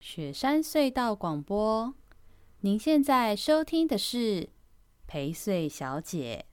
雪山隧道广播。您现在收听的是陪睡小姐。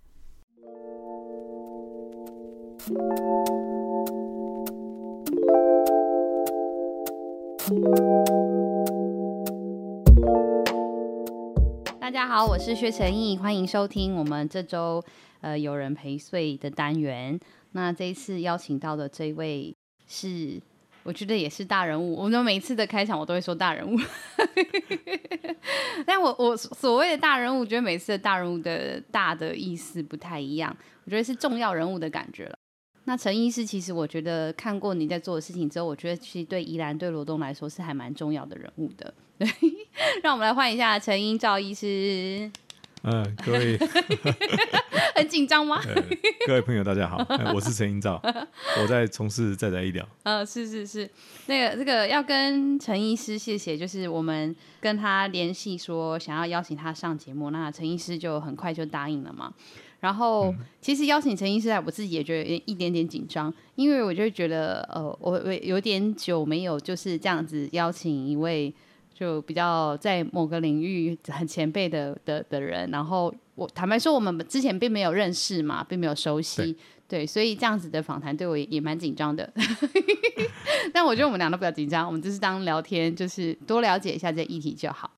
大家好，我是薛成义，欢迎收听我们这周呃有人陪睡的单元。那这一次邀请到的这位是，我觉得也是大人物。我们每次的开场我都会说大人物， 但我我所谓的大人物，我觉得每次的大人物的大的意思不太一样，我觉得是重要人物的感觉了。那陈医师，其实我觉得看过你在做的事情之后，我觉得其实对宜兰、对罗东来说是还蛮重要的人物的。 对，让我们来换一下陈英赵医师，嗯，各 位很紧张吗？ 呃各位朋友，大家好，呃我是陈英照，我在从事在宅医疗。呃，是是是，那个这个要跟陈医师谢谢，就是我们跟他联系说想要邀请他上节目，那陈医师就很快就答应了嘛。然后其实邀请陈医师啊来，我自己也觉得有点一点点紧张，因为我就觉得呃，我我有点久没有就是这样子邀请一位就比较在某个领域很前辈的的的人，然后我坦白说，我们之前并没有认识嘛，并没有熟悉。对，所以这样子的访谈对我也也蛮紧张的， 但我觉得我们俩都不要紧张，我们就是当聊天，就是多了解一下这议题就好。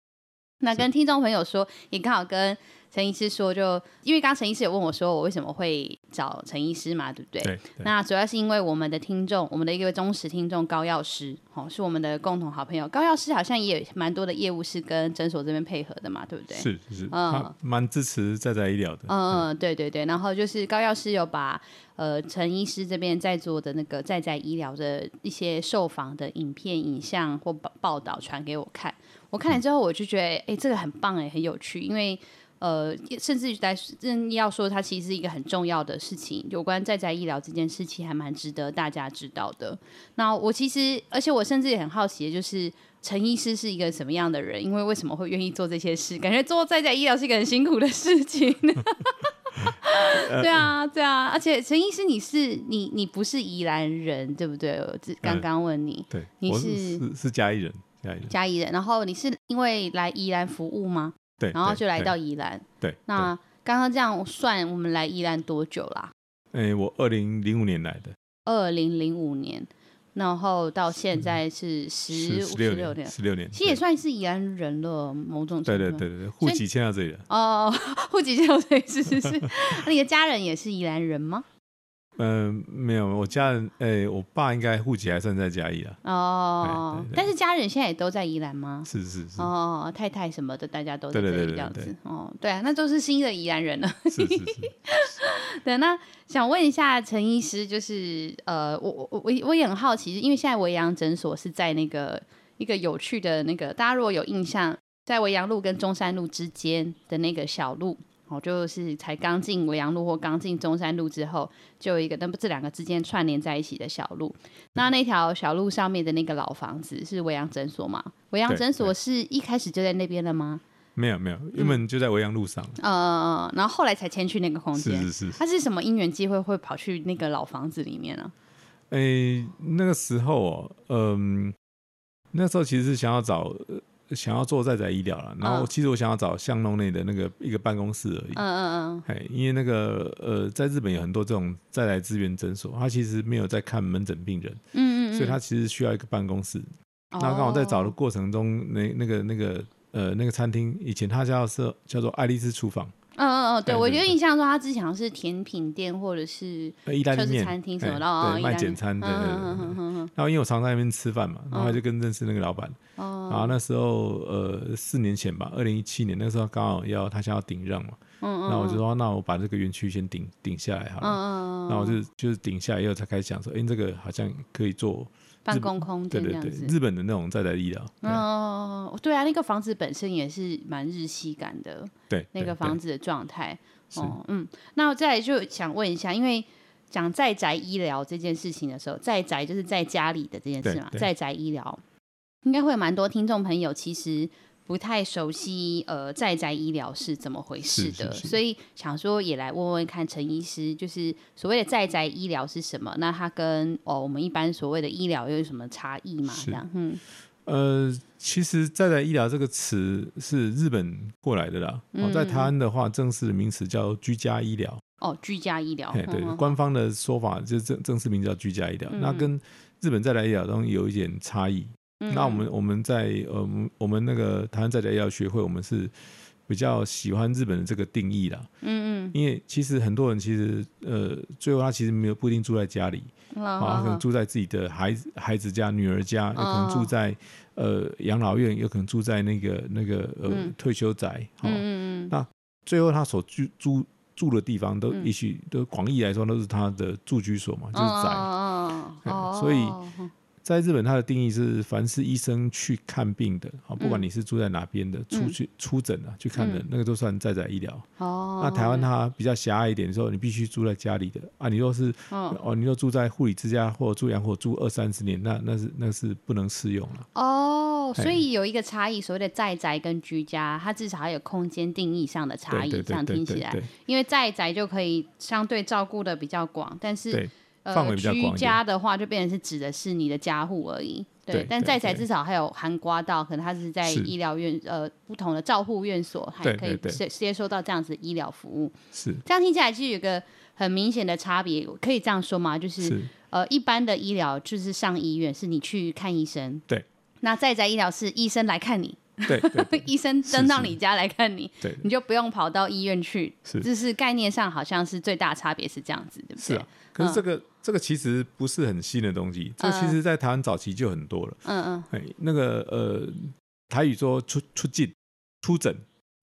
那跟听众朋友说，也刚好跟陈医师说就，因为刚刚陈医师也问我说，我为什么会找陈医师嘛，对不对？对对那主要是因为我们的听众，我们的一位忠实听众高药师，哦，是我们的共同好朋友。高药师好像也有蛮多的业务是跟诊所这边配合的嘛，对不对？是是是，嗯他蛮支持在宅医疗的。嗯嗯，对对对，然后就是高药师有把呃陈医师这边在做的那个在在医疗的一些受访的影片、影像或报报道传给我看，我看了之后我就觉得，哎、这个很棒哎、很有趣，因为。呃，甚至于来，真要说它其实是一个很重要的事情，有关在在医疗这件事情，还蛮值得大家知道的。那我其实，而且我甚至也很好奇，的就是陈医师是一个什么样的人？因为为什么会愿意做这些事？感觉做在家医疗是一个很辛苦的事情。 呃对啊，嗯对啊，而且陈医师，你是你你不是宜兰人，对不对？我嗯只刚刚问你对，你我是是是是嘉义人，嘉义人。嘉义人，然后你是因为来宜兰服务吗？对，然后对就来对到宜兰。对。那刚刚这样算，我们来宜兰多久啦？对，诶，哎我二零零五年来的，二零零五年，然后到现在是十十六六年，十六年。其实也算是宜兰人了，某种程对度。对对对对，户所以籍迁到这里了。哦， 户籍就对，是是 是。那你的家人也是宜兰人吗？嗯，没有，我家人，诶，我爸应该户籍还算在嘉义啊。哦对对，对但是家人现在也都在宜兰吗？是是是哦，太太什么的，大家都在对对这里对这样对对子。哦，对啊，那都是新的宜兰人了。是是是，对，那想问一下陈医师，就是呃，我我我我也很好奇，因为现在维扬诊所是在那个一个有趣的那个，大家如果有印象，在维扬路跟中山路之间的那个小路。哦，就是才刚进维扬路或刚进中山路之后，就有一个，那么这两个之间串联在一起的小路。那那条小路上面的那个老房子是维扬诊所吗？维扬对诊所对是一开始就在那边了吗？没有没有，嗯原本就在维扬路上了。呃，然后后来才迁去那个空是间。是是，他是什么因缘机会会跑去那个老房子里面啊呢、诶，哎那个时候哦，嗯，那时候其实是想要找，呃想要做在宅医疗了。然后嗯其实我想要找巷弄内的那个一个办公室而已。嗯嗯哎，因为那个呃，在日本有很多这种在宅资源诊所，它其实没有在看门诊病人，嗯嗯嗯，哦所以它其实需要一个办公室。那那刚好在找的过程中，那那个那个呃那个餐厅，以前它叫是叫做爱丽丝厨房，嗯嗯嗯，对对我对有对印象说他之前好像是甜品店或者是呃意大就利是面餐厅什么哎的，哦对，意大卖利简餐，对对对对对嗯嗯嗯然后因为我常在那边吃饭嘛，然后就跟认识那个老板，嗯，然后哦，那时候呃四年前吧，二零一七年那时候刚好要他想要顶让嘛，嗯嗯，然后我就说那我把这个园区先顶顶下来好嗯了，嗯，然后我就就是顶下来以后才开始想说，哎，这个好像可以做，办公空对间这对样对，子。日本的那种在宅医疗，哎哦，对啊，那个房子本身也是蛮日系感的，对，那个房子子的状态。是哦，嗯，那我再来就想问一下，因为讲在宅医疗这件事情的时候，在宅就是在家里的这件事嘛，对对在宅医疗应该会有蛮多听众朋友其实不太熟悉，呃，在宅医疗是怎么回事的，是是是所以想说也来问问看陈医师，就是所谓的在宅医疗是什么？那它跟哦我们一般所谓的医疗又有什么差异嘛？是这样，嗯，呃，其实“在宅医疗”这个词是日本过来的啦。嗯哦，在台湾的话，正式的名词叫居家医疗。哦，居家医疗，嘿，对嗯，哼官方的说法就是正正式名叫居家医疗。那嗯跟日本在宅医疗中有一点差异。嗯那我们我们在呃我们我们那个台湾在宅医疗学会，我们是比较喜欢日本的这个定义啦。嗯嗯因为其实很多人其实呃，最后他其实没有不一定住在家里，嗯，啊，他好可能住在自己的孩子孩子家、女儿家，有可能住哦在呃养老院，有可能住在那个那个呃、嗯退休宅，嗯哦，嗯嗯那最后他所住住住的地方都嗯也许都广义来说都是他的住居所嘛，嗯，就是宅。哦哦哦嗯所以哦哦在日本，它的定义是凡是医生去看病的，啊，不管嗯你是住在哪边的，出嗯去出诊啊去看的嗯，那个都算在宅医疗。哦，那台湾它比较狭隘一点，说你必须住在家里的啊，你若是哦哦，你若住在护理之家或住养火住二三十年，那那是那是不能适用了。哦，嘿所以有一个差异，所谓的在宅跟居家，它至少还有空间定义上的差对异，对这对样对听对起来，对，因为在宅就可以相对照顾的比较广，但是对呃范围比较广一点居家的话，就变成是指的是你的家户而已。对但对在宅对至少还有含刮到，可能他是在是医疗院呃不同的照护院所，还对可以对对接接收到这样子的医疗服务。是这样听起来其实有一个很明显的差别，可以这样说吗？就是是呃，一般的医疗就是上医院，是你去看医生。对。那在宅医疗是医生来看你，对对 对医生是登到是你家来看你，对你就不用跑到医院去。是这是概念上好像是最大差别是这样子，对不对？嗯是啊。可是这个这个其实不是很新的东西，这个其实在台湾早期就很多了。嗯嗯哎，那个呃，台语说出出进出诊，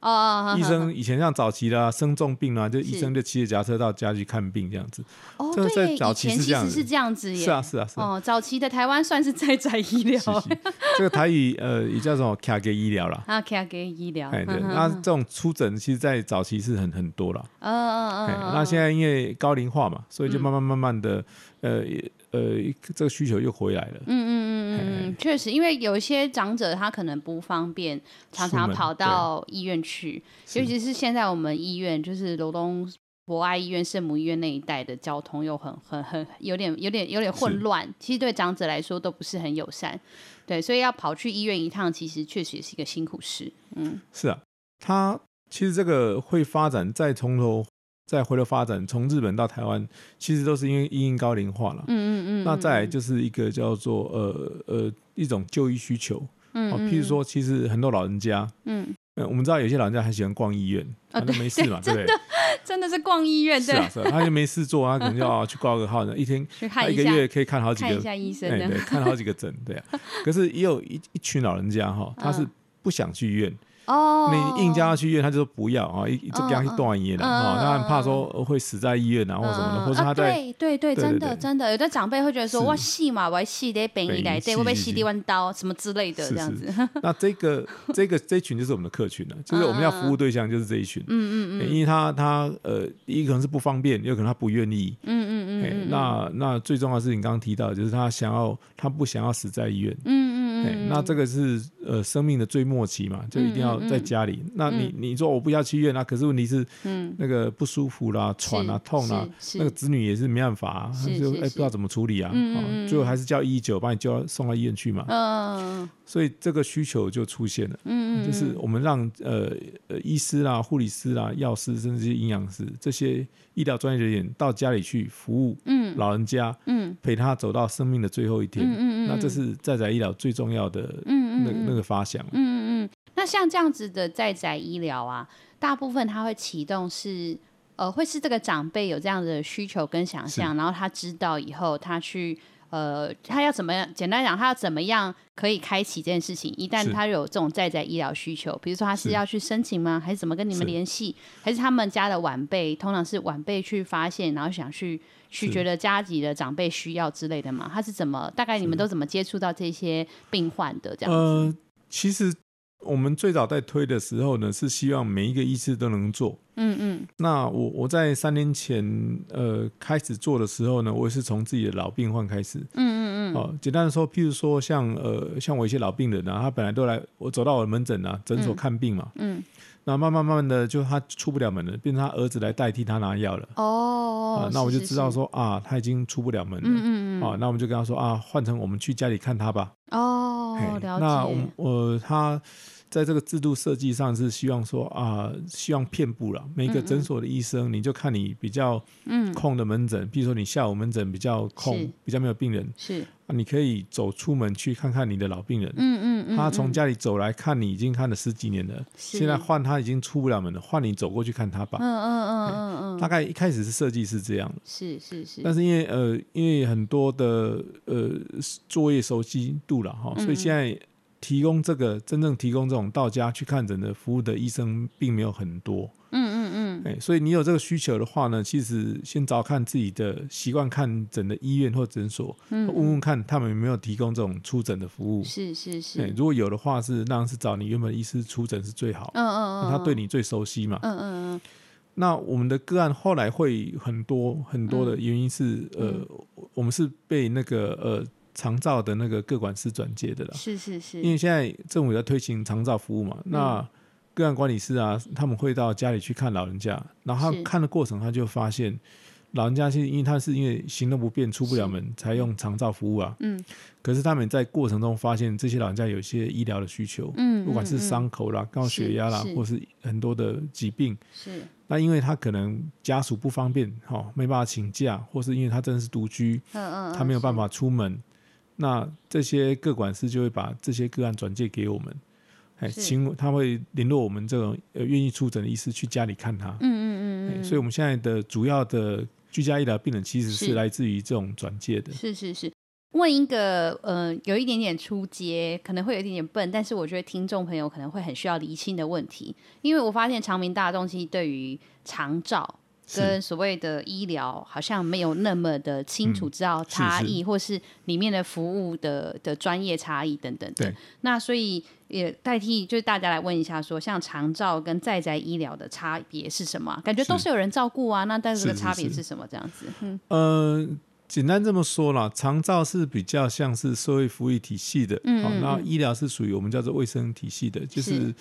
哦哦，哦医生以前像早期啦、生重病啊啦，就医是生就骑着脚车到家去看病这样子。哦这对个在耶，以早期前是其这样实子是这样子耶。是啊，是啊，是啊。哦，早期的台湾算是在宅医疗是 是，这个台语呃也叫什么卡给医疗啦。啊，K 给医疗。哎，对，嗯那嗯这种出诊其实，在早期是很很多了。嗯哎，嗯，那现在因为高龄化嘛，所以就嗯慢慢慢慢的，呃呃，这个需求又回来了。嗯嗯嗯嗯嗯，确实，因为有一些长者他可能不方便，常出常门跑对到医院去，尤是其是现在我们医院，就是罗东博爱医院、圣母医院那一带的交通又很很很有点有点有点混是乱，其实对长者来说都不是很友善，对，所以要跑去医院一趟，其实确实也是一个辛苦事。嗯是啊，它其实这个会发展，再从头再回头发展，从日本到台湾，其实都是因为因应高龄化了。嗯嗯嗯，那再来嗯就是一个叫做呃呃一种就医需求嗯哦，嗯譬如说，其实很多老人家，嗯，嗯，我们知道有些老人家很喜欢逛医院，啊反正没事 嘛，对不对？嗯真的是逛医院，是对，啊，是啊，他就没事做，他可 能就要去挂个号，一天去他看一一个下月可以看好几看一个，下医生哎，的，对，看好几个诊，对啊。可是也有一一群老人家哈， 他是嗯不想去医院，哦，你硬叫他去医院，他就说不要啊，一就给他去断医了嗯嗯啊，他很怕嗯说呃会死在医院啊或什么的，或者啊他在对对对，对真对的对真的，有的长辈会觉得说，是哇，戏嘛，我还戏得本一来，是对，会被是戏是地弯刀什么之类的，是这样是子， 那这个这个这群就是我们的客群了，就是我们要嗯服务对象就是这一群，嗯嗯嗯，因为他他呃，一个可能是不方便，有可能他不愿意，嗯嗯嗯哎，那那最重要的是你刚刚提到的，就是他想要他不想要死在医院。嗯嗯哎，嗯，那这个是呃生命的最末期嘛，就一定要在家里。那你你说我不要去医院啊，可是问题是嗯那个不舒服啦、喘啊、是痛啊，是那个是子女也是没办法、啊，是就是哎不知道是怎么处理啊，嗯啊嗯嗯最后还是叫一一九把你叫送到医院去嘛。嗯所以这个需求就出现了，嗯嗯，就是我们让呃呃医师啦、护理师啦、药师甚至是营养师这些医疗专业人员到家里去服务嗯老人家，嗯陪他走到生命的最后一天。嗯嗯，那这是在宅医疗最重要的嗯嗯那个那个发想。嗯嗯嗯，那像这样子的在宅医疗啊，大部分它会启动是呃，会是这个长辈有这样的需求跟想象，然后他知道以后，他去呃，他要怎么样？简单讲，他要怎么样可以开启这件事情？一旦是他有这种在宅医疗需求，比如说他是是要去申请吗？还是怎么跟你们是联系？还是他们家的晚辈，通常是晚辈去发现，然后想去去是觉得家里的长辈需要之类的嘛？他是怎么大概你们是都怎么接触到这些病患的？这样子，呃，其实我们最早在推的时候呢，是希望每一个医师都能做。嗯嗯那我我在三年前呃开始做的时候呢，我也是从自己的老病患开始。嗯嗯嗯，哦，简单的说，譬如说像呃像我一些老病人啊，他本来都来我走到我的门诊啊，诊所嗯看病嘛。嗯，那慢慢慢慢的，就他出不了门了，变成他儿子来代替他拿药了。哦啊，，那我是就是知道是说啊，他已经出不了门了。嗯嗯嗯，啊，那我们就跟他说啊，换成我们去家里看他吧。哦嘿，了那解我们，呃，他在这个制度设计上是希望说啊、希望遍布了每个诊所的医生，你就看你比较嗯空的门诊，比如说你下午门诊比较是空，比较没有病人，是，啊，你可以走出门去看看你的老病人。嗯嗯嗯，他从嗯家里走来看你，已经看了十几年了。是现在换他已经出不了门了，换你走过去看他吧。嗯嗯嗯嗯嗯，大概一开始是设计是这样的，是是是，但是因为呃，因为很多的呃作业熟悉度了嗯哈，所以现在提供这个真正提供这种到家去看诊的服务的医生并没有很多。嗯嗯嗯，哎、所以你有这个需求的话呢，其实先找看自己的习惯看诊的医院或诊所，嗯问问看他们有没有提供这种出诊的服务。是是是，哎，嗯如果有的话是，当然是找你原本的医师出诊是最好，嗯嗯，他对嗯，你最熟悉嘛。嗯嗯嗯，那我们的个案后来会很多很多嗯的原因是，呃，我们是被那个呃长照的那个各管师转介的啦，嗯是嗯是是，因为现在政府在推行长照服务嘛，那个案管理师啊，他们会到家里去看老人家，然后是他看的过程，他就发现老人家是因为他是因为行动不便出不了门，才用长照服务啊，嗯可是他们在过程中发现这些老人家有一些医疗的需求，嗯，不管是嗯，嗯伤口啦、高血压啦是，或是很多的疾病。是，那因为他可能家属不方便，哈、哦，没办法请假，或是因为他真的是独居，嗯嗯，他没有办法，法出门，那这些个管师就会把这些个案转介给我们，哎，是请我他会联络我们这种呃愿意出诊的医师去家里看他，嗯嗯哎嗯嗯，所以我们现在的主要的居家医疗病人其实是是来自于这种转介的，是是是。问一个呃，有一点点出街，可能会有一点点笨，但是我觉得听众朋友可能会很需要厘清的问题，因为我发现长明大众其实对于长照是跟所谓的医疗好像没有那么的清楚嗯知道差是是异，或是里面的服务的的专业差异等等的对。那所以也代替就是大家来问一下说像长照跟在宅医疗的差别是什么啊？感觉都是是有人照顾啊，那但是这个是是差别是是什么？这样子，嗯呃，简单这么说啦，长照是比较像是社会福利体系的，嗯好、嗯那嗯医疗是属于我们叫做卫生体系的，就是是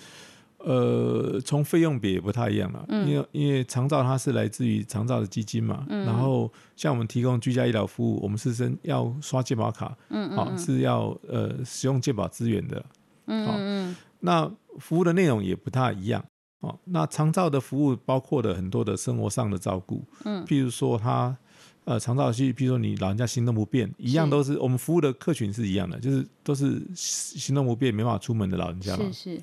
呃，从费用比也不太一样了，因为因为长照它是来自于长照的基金嘛，然后像我们提供居家医疗服务，我们是真要刷健保卡，嗯好、是要呃使用健保资源的，嗯好嗯那服务的内容也不太一样。哦，那长照的服务包括了很多的生活上的照顾，嗯譬如说他呃长照去，譬如说你老人家行动不便，一样是都是我们服务的客群是一样的，就是都是行行动不便没办法出门的老人家嘛。嗯，是是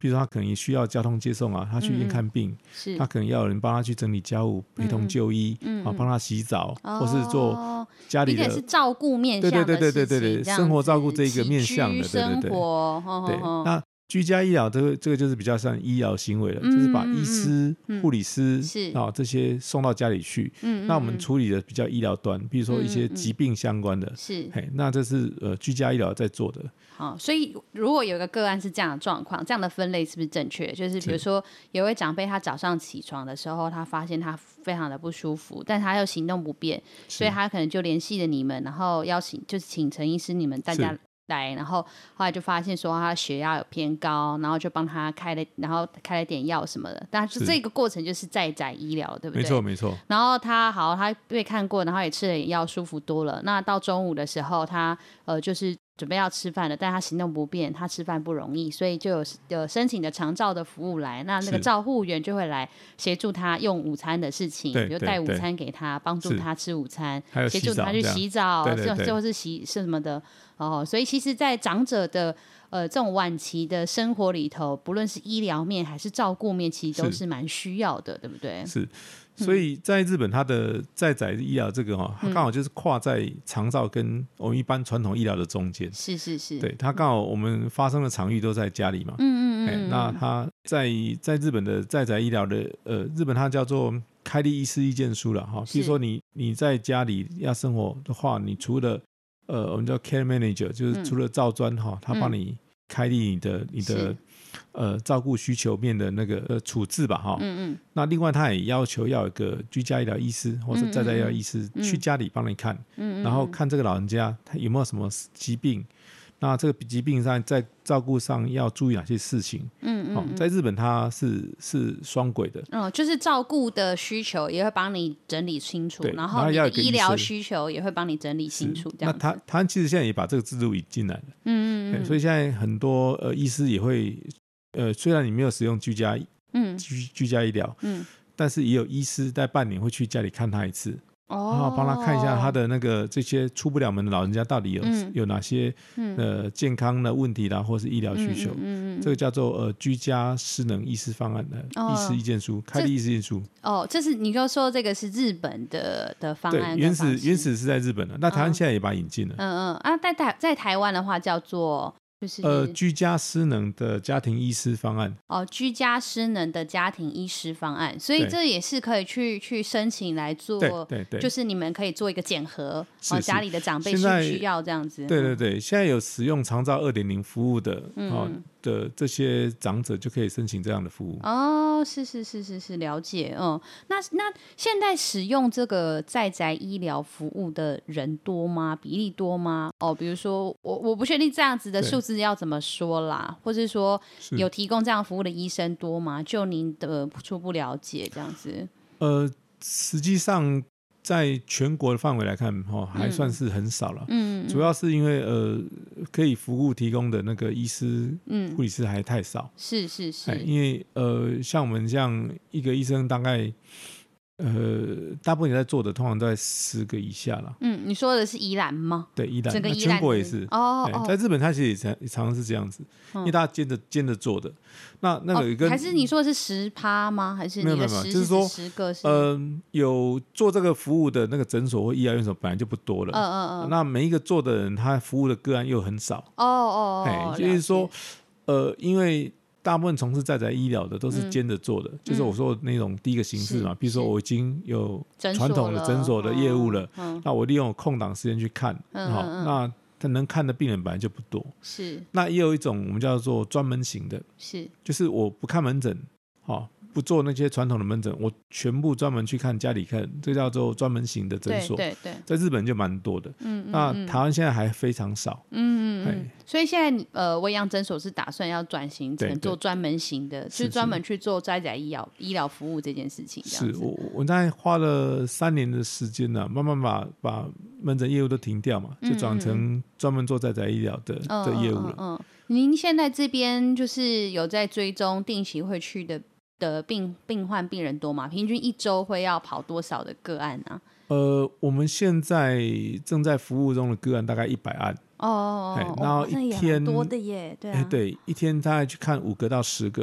譬如说他可能也需要交通接送啊，他去医嗯嗯院看病，是，他可能要有人帮他去整理家务、陪嗯嗯同就医，嗯啊，嗯帮他洗澡，或是做哦家里有点的是照顾面向的对对对事情对对对这样生活子照顾这一个起面向居的对对生对活，哼对哼，哼那居家医疗这个这个就是比较像医疗行为了，就是把嗯嗯医师、嗯护理师是啊、这些送到家里去。嗯那我嗯们嗯处理的比较医疗端，比如说一些嗯嗯嗯疾病相关的，是嘿，那这是呃居家医疗在做的。好，所以如果有一个个案是这样的状况，这样的分类是不是正确？就是比如说，有位长辈他早上起床的时候，他发现他非常的不舒服，但他又行动不便，所以他可能就联系了你们，然后邀请就是请陈医师你们大是家来，然后后来就发现说他血压有偏高，然后就帮他开了，然后开了点药什么的。但是是这个过程就是在宅医疗，对不对？没错没错，然后他好，他被看过，然后也吃了点药，舒服多了。那到中午的时候，他呃就是准备要吃饭了，但他行动不便，他吃饭不容易，所以就有有申请的长照的服务来，那那个是照护员就会来协助他用午餐的事情，对比如对带午对餐给他，帮助是他吃午餐，还有协洗助澡他去这样。洗澡，啊对对这种对这或是洗是什么的哦。所以其实，在长者的呃这种晚期的生活里头，不论是医疗面还是照顾面，其实都是是蛮需要的，对不对？嗯是，所以在日本，它的在宅医疗这个哈、它刚好就是跨在长照跟我们一般传统医疗的中间。是是是，对，它刚好我们发生的场域都在家里嘛。嗯嗯哎、嗯，那他在在日本的在宅医疗的呃，日本它叫做开立医师意见书了哈。是比如说你你在家里要生活的话，你除了呃我们叫 care manager，就嗯是除了照专哈，他帮嗯你开立你的你的是呃照顾需求面的那个呃处置吧哈。嗯嗯那另外他也要求要有一个居家医疗医师或者在宅医疗医师嗯嗯去家里帮你看，嗯嗯，然后嗯看这个老人家他有没有什么疾病。那这个疾病上在照顾上要注意哪些事情？嗯哦，在日本它是是双轨的，嗯，就是照顾的需求也会帮你整理清楚，对然然后后你要的有个医医疗生需求也会帮你整理清楚，这那样他子。他其实现在也把这个制度引进来了，嗯嗯所以现在很多呃医师也会，呃虽然你没有使用居家嗯居居家医疗，嗯，但是也有医师在半年会去家里看他一次，然哦后，帮他看一下他的那个这些出不了门的老人家到底有、嗯有哪些嗯呃健康的问题啦，或是医疗需求。嗯嗯嗯嗯这个叫做呃居家失能医师方案的、呃哦医师意见书，开立医师意见书。哦，这是你就说这个是日本的的方对案，，原始原嗯始是在日本的，那台湾现在也把它引进了。嗯啊，在台在台湾的话叫做就是呃，居家失能的家庭医师方案，哦，居家失能的家庭医师方案，所以对这也是可以去去申请来做，对对对，就是你们可以做一个检核，是哦，是家里的长辈现需不在需要这样子？对对对，现在有使用长照二点零服务的、嗯哦的这些长者就可以申请这样的服务。哦，是是是是是，了解。嗯，那那现在使用这个在宅医疗服务的人多吗？比例多吗？哦，比如说我我不确定这样子的对数字要怎么说啦，或是说是有提供这样服务的医生多吗？就您的初步了解，这样子。呃，实际上在全国的范围来看，哦，还算是很少了。嗯主要是因为呃，可以服务提供的那个医师、嗯护，理师还太少。是是是哎，，因为呃，像我们这样一个医生，大概呃，大部分在做的通常都在十个以下了。嗯，你说的是宜兰吗？对，依然整个那宜兰全国也的是。哦哎在哦嗯日本，它其实也常也常常是这样子，因为大家兼着兼着做的。那那个哦，跟还是你说的是十趴吗？还是没你有的没有没十有就是说十个是？嗯，有做这个服务的那个诊所或医疗院所本来就不多嗯了，嗯嗯，那每一个做的人他服务的个案又很少，哦哦哎哦，，就是了说解，呃，因为大部分从事在宅医疗的都是兼着做的，就是我说的那种第一个形式嘛嗯是，比如说是我已经有诊传所统的了诊所的业务了，嗯，那我利用空档时间去看，好，那他能看的病人本来就不多，是那也有一种我们叫做专门型的，是，就是我不看门诊，好、不做那些传统的门诊，我全部专门去看家里看，这叫做专门型的诊对所。对对，在日本就蛮多的，嗯嗯那台湾现在还非常少。嗯嗯嗯哎。所以现在你呃，未央诊所是打算要转型对成对做专门型的，就是是专门去做在宅医疗医疗服务这件事情，这样是子。我我大概花了三年的时间呢、慢慢把把门诊业务都停掉嘛，就转成专门做在宅医疗的、嗯的业务嗯了。嗯嗯，您现在这边就是有在追踪定期会去的的病病患病人多吗？平均一周会要跑多少的个案啊？呃，我们现在正在服务中的个案大概一百案，哦哦哎哦，然后哦那一也蛮天多的耶，对哎、啊，对，一天大概去看五个到十个，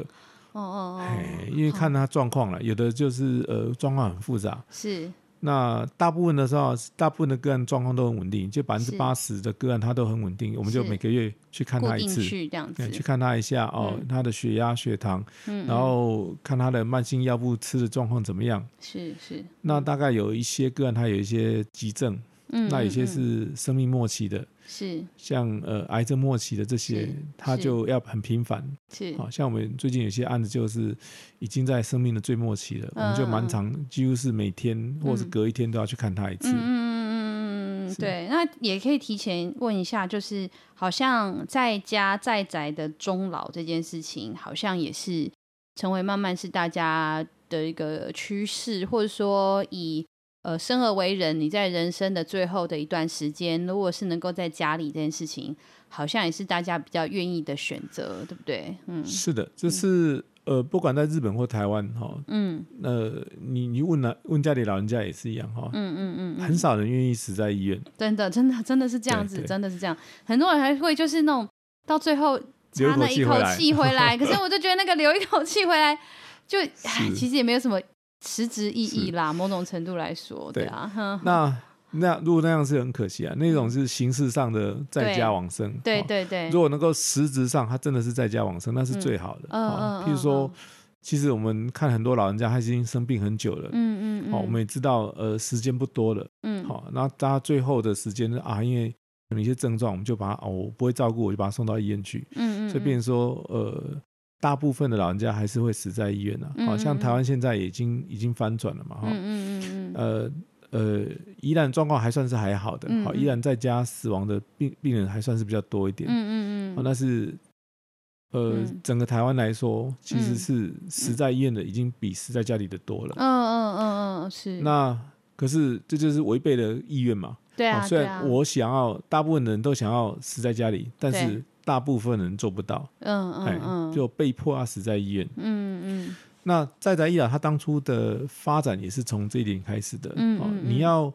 哦哦哦，哎，因为看他状况了，有的就是呃状况很复杂。是那大部分的时候，大部分的个案状况都很稳定，就百分是之八十的个案它都很稳定，我们就是每个月去看固他一定次，去嗯这样子哎，去看他一下哦，他的血压、血糖，嗯然后看他的慢性药物吃的状况怎么样。是是，那大概有一些个案，他有一些急症，嗯，那有嗯些嗯是生命末期的，是像呃癌症末期的这些是，他是就要很频繁。是好像我们最近有些案子就是已经在生命的最末期了，我们就嗯蛮常，几乎是每天或是隔一天都要去看他一次。嗯嗯嗯嗯嗯，对，那也可以提前问一下，就是好像在家在宅的终老这件事情，好像也是成为慢慢是大家的一个趋势，或者说以呃生而为人，你在人生的最后的一段时间，如果是能够在家里这件事情，好像也是大家比较愿意的选择，对不对？嗯是的，这是呃，不管在日本或台湾哈，嗯呃，你你问了问家里老人家也是一样哈，嗯嗯嗯嗯，很少人愿意死在医院，真的真的真的是这样对子，对真的是这样，很多人还会就是那种到最后差留一口那一气口回来。气回来， 可是我就觉得那个留一口气回来，就唉是其实也没有什么实质意义是啦，某种程度来说，对对啊，哼那那如果那样是很可惜啊，那种是形式上的在家往生。嗯对哦对对如，果能够实质上他真的是在家往生，那是最好的。嗯啊嗯譬如说嗯，其实我们看很多老人家，他已经生病很久了。嗯嗯好、我嗯们也知道，呃，时间不多了。嗯，好、那大家最后的时间呢啊，因为有一些症状，我们就把他哦，我不会照顾，我就把他送到医院去。嗯嗯，所以，变成说，呃，大部分的老人家还是会死在医院的、啊。好、嗯嗯像台湾现在已经已经翻转了嘛，哈、嗯嗯嗯嗯嗯，呃呃，宜兰状况还算是还好的，嗯好，宜兰在家死亡的病病人还算是比较多一点，嗯嗯哦，嗯，那是呃，嗯整个台湾来说，其实嗯是死在医院的已经比死在家里的多了。嗯嗯嗯嗯，是，那可是这就是违背了意愿嘛。对啊，哦虽对然啊，我想要，大部分人都想要死在家里，但对是大部分人做不到，嗯哎嗯，嗯，就被迫要死在医院。嗯嗯那在宅医疗，它当初的发展也是从这一点开始的。嗯哦嗯，嗯你要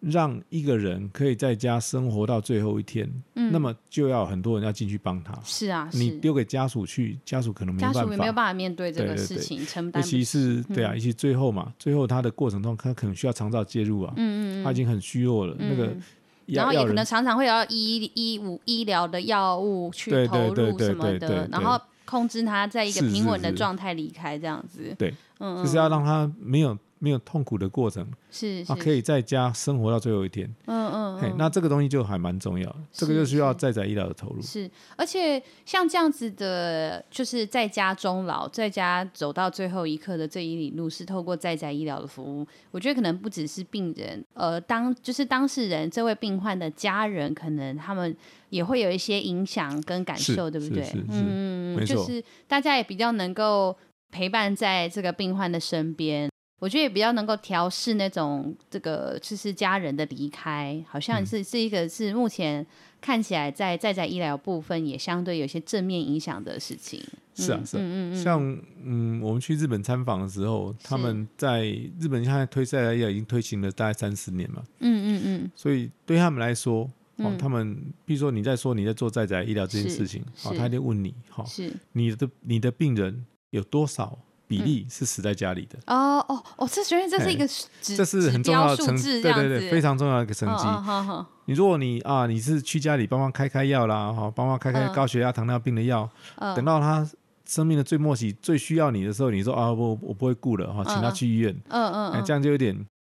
让一个人可以在家生活到最后一天，嗯，那么就要很多人要进去帮他。是啊，你是丢给家属去，家属可能没家办属也没有法，办法面对这对个对事对情，承尤担不其起，是对啊，嗯尤其最后嘛，最后他的过程中，他可能需要长照介入啊，嗯嗯他嗯，已经很虚弱了，那个嗯然要后也要可人能常常会要医医无医疗的药物去对对投对入对什么对对的，然对后控制他在一个是平是稳的是状态离开，这样子，对，嗯，就是嗯要让他没有没有痛苦的过程，是啊，是，可以在家生活到最后一天。嗯嗯嘿嗯，，那这个东西就还蛮重要的，这个是就需要是在宅医疗的投入。是，而且像这样子的，就是在家终老，在家走到最后一刻的这一里路，是透过在宅医疗的服务。我觉得可能不只是病人，呃，当就是当事人这位病患的家人，可能他们也会有一些影响跟感是受，对不是对是是？嗯，没就错是大家也比较能够陪伴在这个病患的身边。我觉得也比较能够调试那种这个就是家人的离开，好嗯像是、是一个是目前看起来在在在医疗部分也相对有些正面影响的事情。是啊嗯是啊嗯嗯嗯，像嗯，我们去日本参访的时候，他是们在日本现在推赛代医疗已经推行了大概三十年嘛，嗯嗯所以对他们来说，哦嗯，他们比如说你在说你在做在宅医疗这件是事情，哦，是他就问你，哈、嗯，是你的你的病人有多少比例嗯是死在家里的？哦哦哦，这首先这是一哎个指这是很重要的成，指标数字对对这样对，子非常重要的一个成绩。哦哦好好你如果你啊，你是去家里帮忙开开药啦，哈、帮忙开开嗯高血压、糖尿病的药，嗯等到他生命的最末期、最需要你的时候，你说啊，我我不会顾了哈、请他嗯去医院，嗯嗯哎、嗯，这样就有点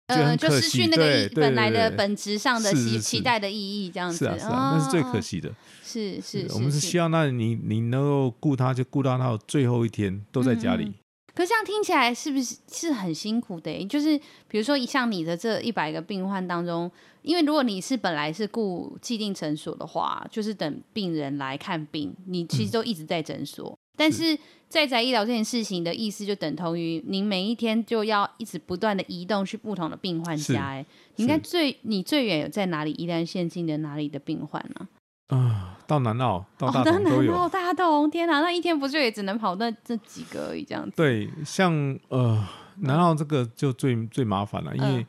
嗯就很嗯就可失惜去那个对意对本来对的对本质上的是期是期是待的意义，这样子是啊是啊，那是最可哦惜的。是是，我们是是希望那你你能够顾他，就顾到到最后一天都在家里。嗯嗯可是这样听起来是不是是很辛苦的欸？就是比如说，像你的这一百个病患当中，因为如果你是本来是雇既定诊所的话，就是等病人来看病，你其实都一直在诊所。但是在宅医疗这件事情的意思，就等同于您每一天就要一直不断的移动去不同的病患是家。哎，你应该最你最远有在哪里？宜兰县境的哪里的病患呢、啊，到南澳、到大哦，当同都然有。到大同，天哪，那一天不就也只能跑那这几个而已，这样子。对，像呃，南澳这个就最最麻烦了，因嗯为、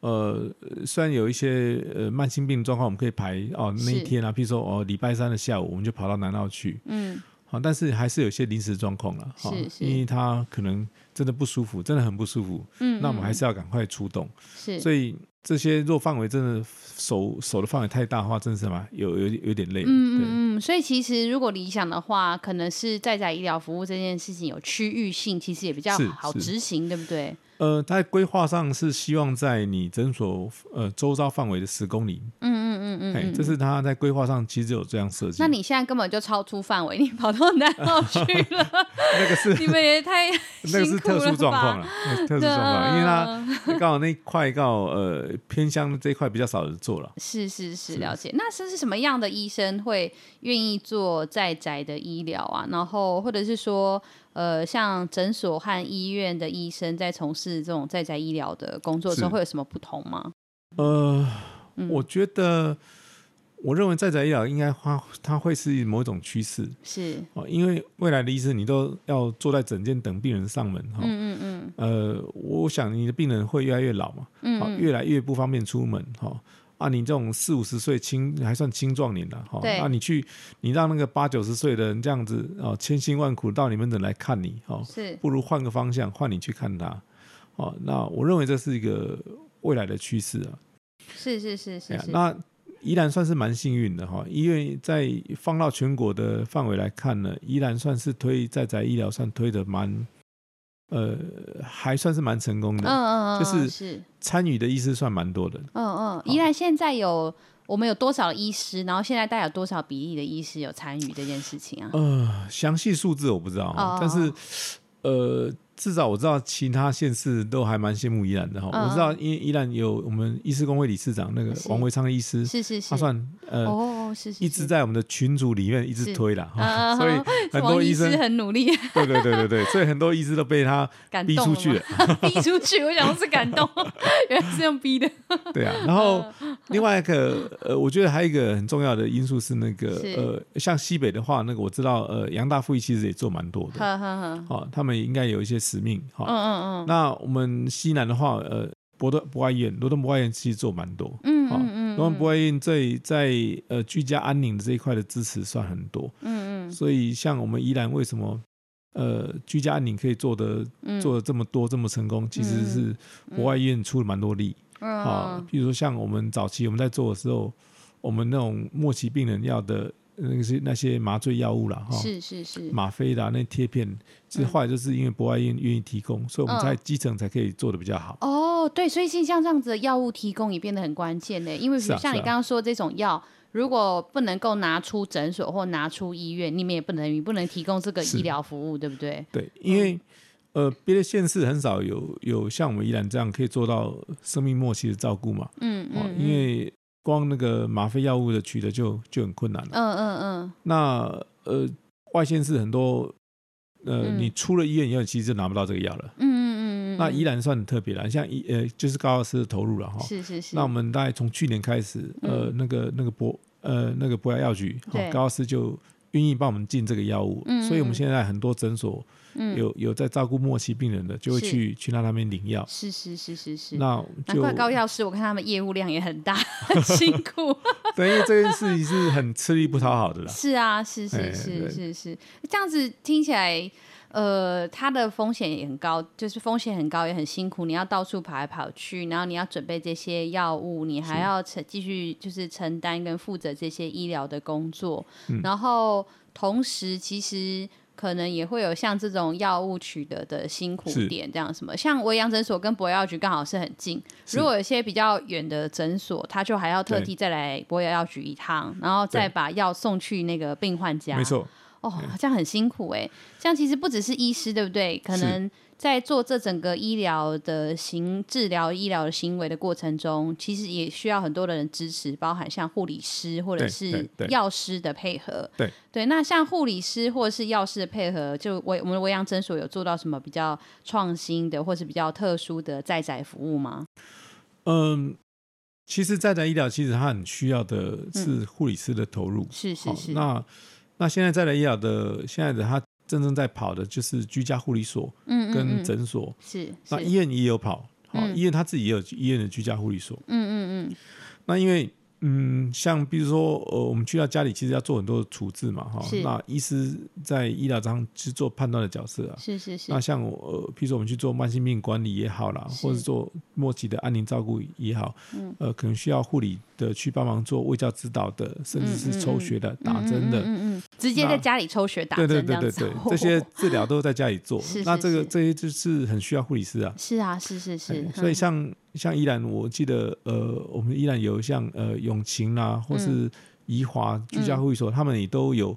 呃，虽然有一些呃慢性病状况，我们可以排哦那是一天啊，譬如说哦礼拜三的下午，我们就跑到南澳去，嗯，好、但是还是有一些临时状况了，哈、是是因为他可能真的不舒服，真的很不舒服，嗯，那我们嗯还是要赶快出动，是所以。这些若范围真的手手的范围太大的话，真的是蛮有有有点累了。对嗯嗯嗯，所以其实如果理想的话，可能是在宅医疗服务这件事情有区域性，其实也比较是好是执行，对不对？呃，在规划上是希望在你诊所呃周遭范围的十公里，嗯嗯嗯哎、嗯这嗯。是他在规划上其实有这样设计。那你现在根本就超出范围，你跑到南澳去了， 那个是 你们也太 那个辛是苦了特吧殊状况了，那是特对殊状况，因为他嗯嗯嗯刚好那一块刚好呃偏乡这一块比较少人做了。是是是是了解。那是是什么样的医生会愿意做在宅的医疗啊？然后或者是说，呃，像诊所和医院的医生在从事这种在宅医疗的工作的时候，是会有什么不同吗？呃，嗯，我觉得我认为在宅医疗应该它它会是某种趋势是哦，因为未来的医生你都要坐在诊间等病人上门哦哈。嗯嗯嗯呃，我想你的病人会越来越老嘛，嗯好、嗯，越来越不方便出门哈、哦啊，你这种四五十岁青还算青壮年了哈，那、对你去你让那个八九十岁的人这样子哦，千辛万苦到你门诊来看你哦，是不如换个方向，换你去看他哦。那我认为这是一个未来的趋势啊。是是是哎是呀是，那宜兰算是蛮幸运的哈、医院在放到全国的范围来看呢，宜兰算是推在宅医疗算推的蛮呃，还算是蛮成嗯功的，嗯嗯，就是是参与的医师算蛮多的。嗯嗯，依然现在有我们有多少医师，然后现在大概有多少比例的医哦师有参与这件事情啊？呃，详细数字我不知道，哦但是呃，至少我知道其他县市都还蛮羡慕宜兰的哈。嗯我知道，因为宜兰有我们医师工会理事长那个是王维昌医师，是是是他，算呃、哦，是是一直是在我们的群组里面一直是推啦，嗯嗯哈，所以嗯很王多医师生，很努力，对对对对对，所以很多医师都被他感逼动出了去吗 逼出去，我想说是感动， 原来是这样逼 的。对啊，然后嗯另外一个呃，我觉得还有一个很重要的因素是那个是呃，像西北的话，那个我知道呃，杨大复义其实也做蛮多的，呵呵呵，哦，他们也应该有一些使命哈、嗯嗯嗯那我们西南的话，呃，博德博爱医院、罗东博爱医院其实做蛮多，嗯好嗯嗯罗东博爱医院在在呃居家安宁这一块的支持算很多，嗯嗯所以像我们宜兰为什么？呃，居家安宁可以做的嗯，做的这么多、这么成功，其实是博爱医院出了蛮多力。啊嗯，比如说像我们早期我们在做的时候，我们那种末期病人要的呃那个是那些麻醉药物啦，哈，是是是，吗啡啦，那贴片，其实后来就是因为博爱医院愿意提供，所以我们嗯在基层才可以做的比较好。哦，对，所以其实像这样子的药物提供也变得很关键呢，因为比是如啊像你是啊刚刚说这种药。如果不能够拿出诊所或拿出医院，你们也不能，你不能提供这个是医疗服务，对不对？对，因为、呃，别的县市很少有有像我们宜兰这样可以做到生命末期的照顾嘛，嗯哦，嗯，因为光那个吗啡药物的取得就就很困难了。嗯嗯嗯，那呃，外县市很多。呃，嗯你出了医院以后，其实就拿不到这个药了。嗯嗯嗯，那嗯宜兰算很特别了，像宜呃就是高老师的投入了哈。是是是，那我们大概从去年开始，呃，那个那个博呃那个博雅药局，哈对高老师就愿意帮我们进这个药物，嗯所以我嗯们现在很多诊所嗯有有在照顾末期病人的，就会是去去那那边领药。是是是是是，那难就怪高药师，我看他们业务量也很 大，很辛苦。对，因为这件事情是很吃力不讨好的 啦。是啊，是是哎是对是是，这样子听起来，呃，它的风险也很高，就是风险很高，也很辛苦。你要到处跑来跑去，然后你要准备这些药物，你还要承继续就是承担跟负责这些医疗的工作，嗯然后同时其实。可能也会有像这种药物取得的辛苦是点，这样什么，像维阳诊所跟博药局刚好是很近，是如果有些比较远的诊所，他就还要特对地再来博雅药局一趟，然后再对把药送去那个病患家。没，错，哦，这样很辛苦哎。这样其实不只是医师，对不对？可是能在做这整个医疗的行治疗、医疗的行为的过程中，其实也需要很多的人支持，包含像护理师或者对是对对药师的配合。对那像护理师或者是药师的配合，就我我们维阳诊所有做到什么比较创新的，或是比较特殊的在宅服务吗？嗯，其实在宅医疗其实它很需要的是护理师的投入，嗯是是好是，那那现在在的医疗的现在的他真正在跑的就是居家护理所嗯嗯跟嗯，诊所，是那是医院也有跑，好、嗯医院他自己也有医院的居家护理所。嗯嗯嗯，那因为嗯，像比如说呃，我们去到家里其实要做很多的处置嘛，哈、是那医师在医疗上是做判断的角色啊。是是是那，像我呃，譬如说我们去做慢性病管理也好啦，是嗯或者做末期的安宁照顾也好，呃，可能需要护理的去帮忙做卫教指导的，甚至嗯嗯是抽血的、打嗯针的，嗯嗯嗯嗯，直接在家里抽血打对针这对对样对子对，哦，这 些治疗都在家里做。是那是这个是这些就是很需要护理师啊。是啊，是是哎是，所以嗯像像依兰，我记得呃，我们依兰有像呃永晴啦，嗯或是怡华居家护理所，他们也都有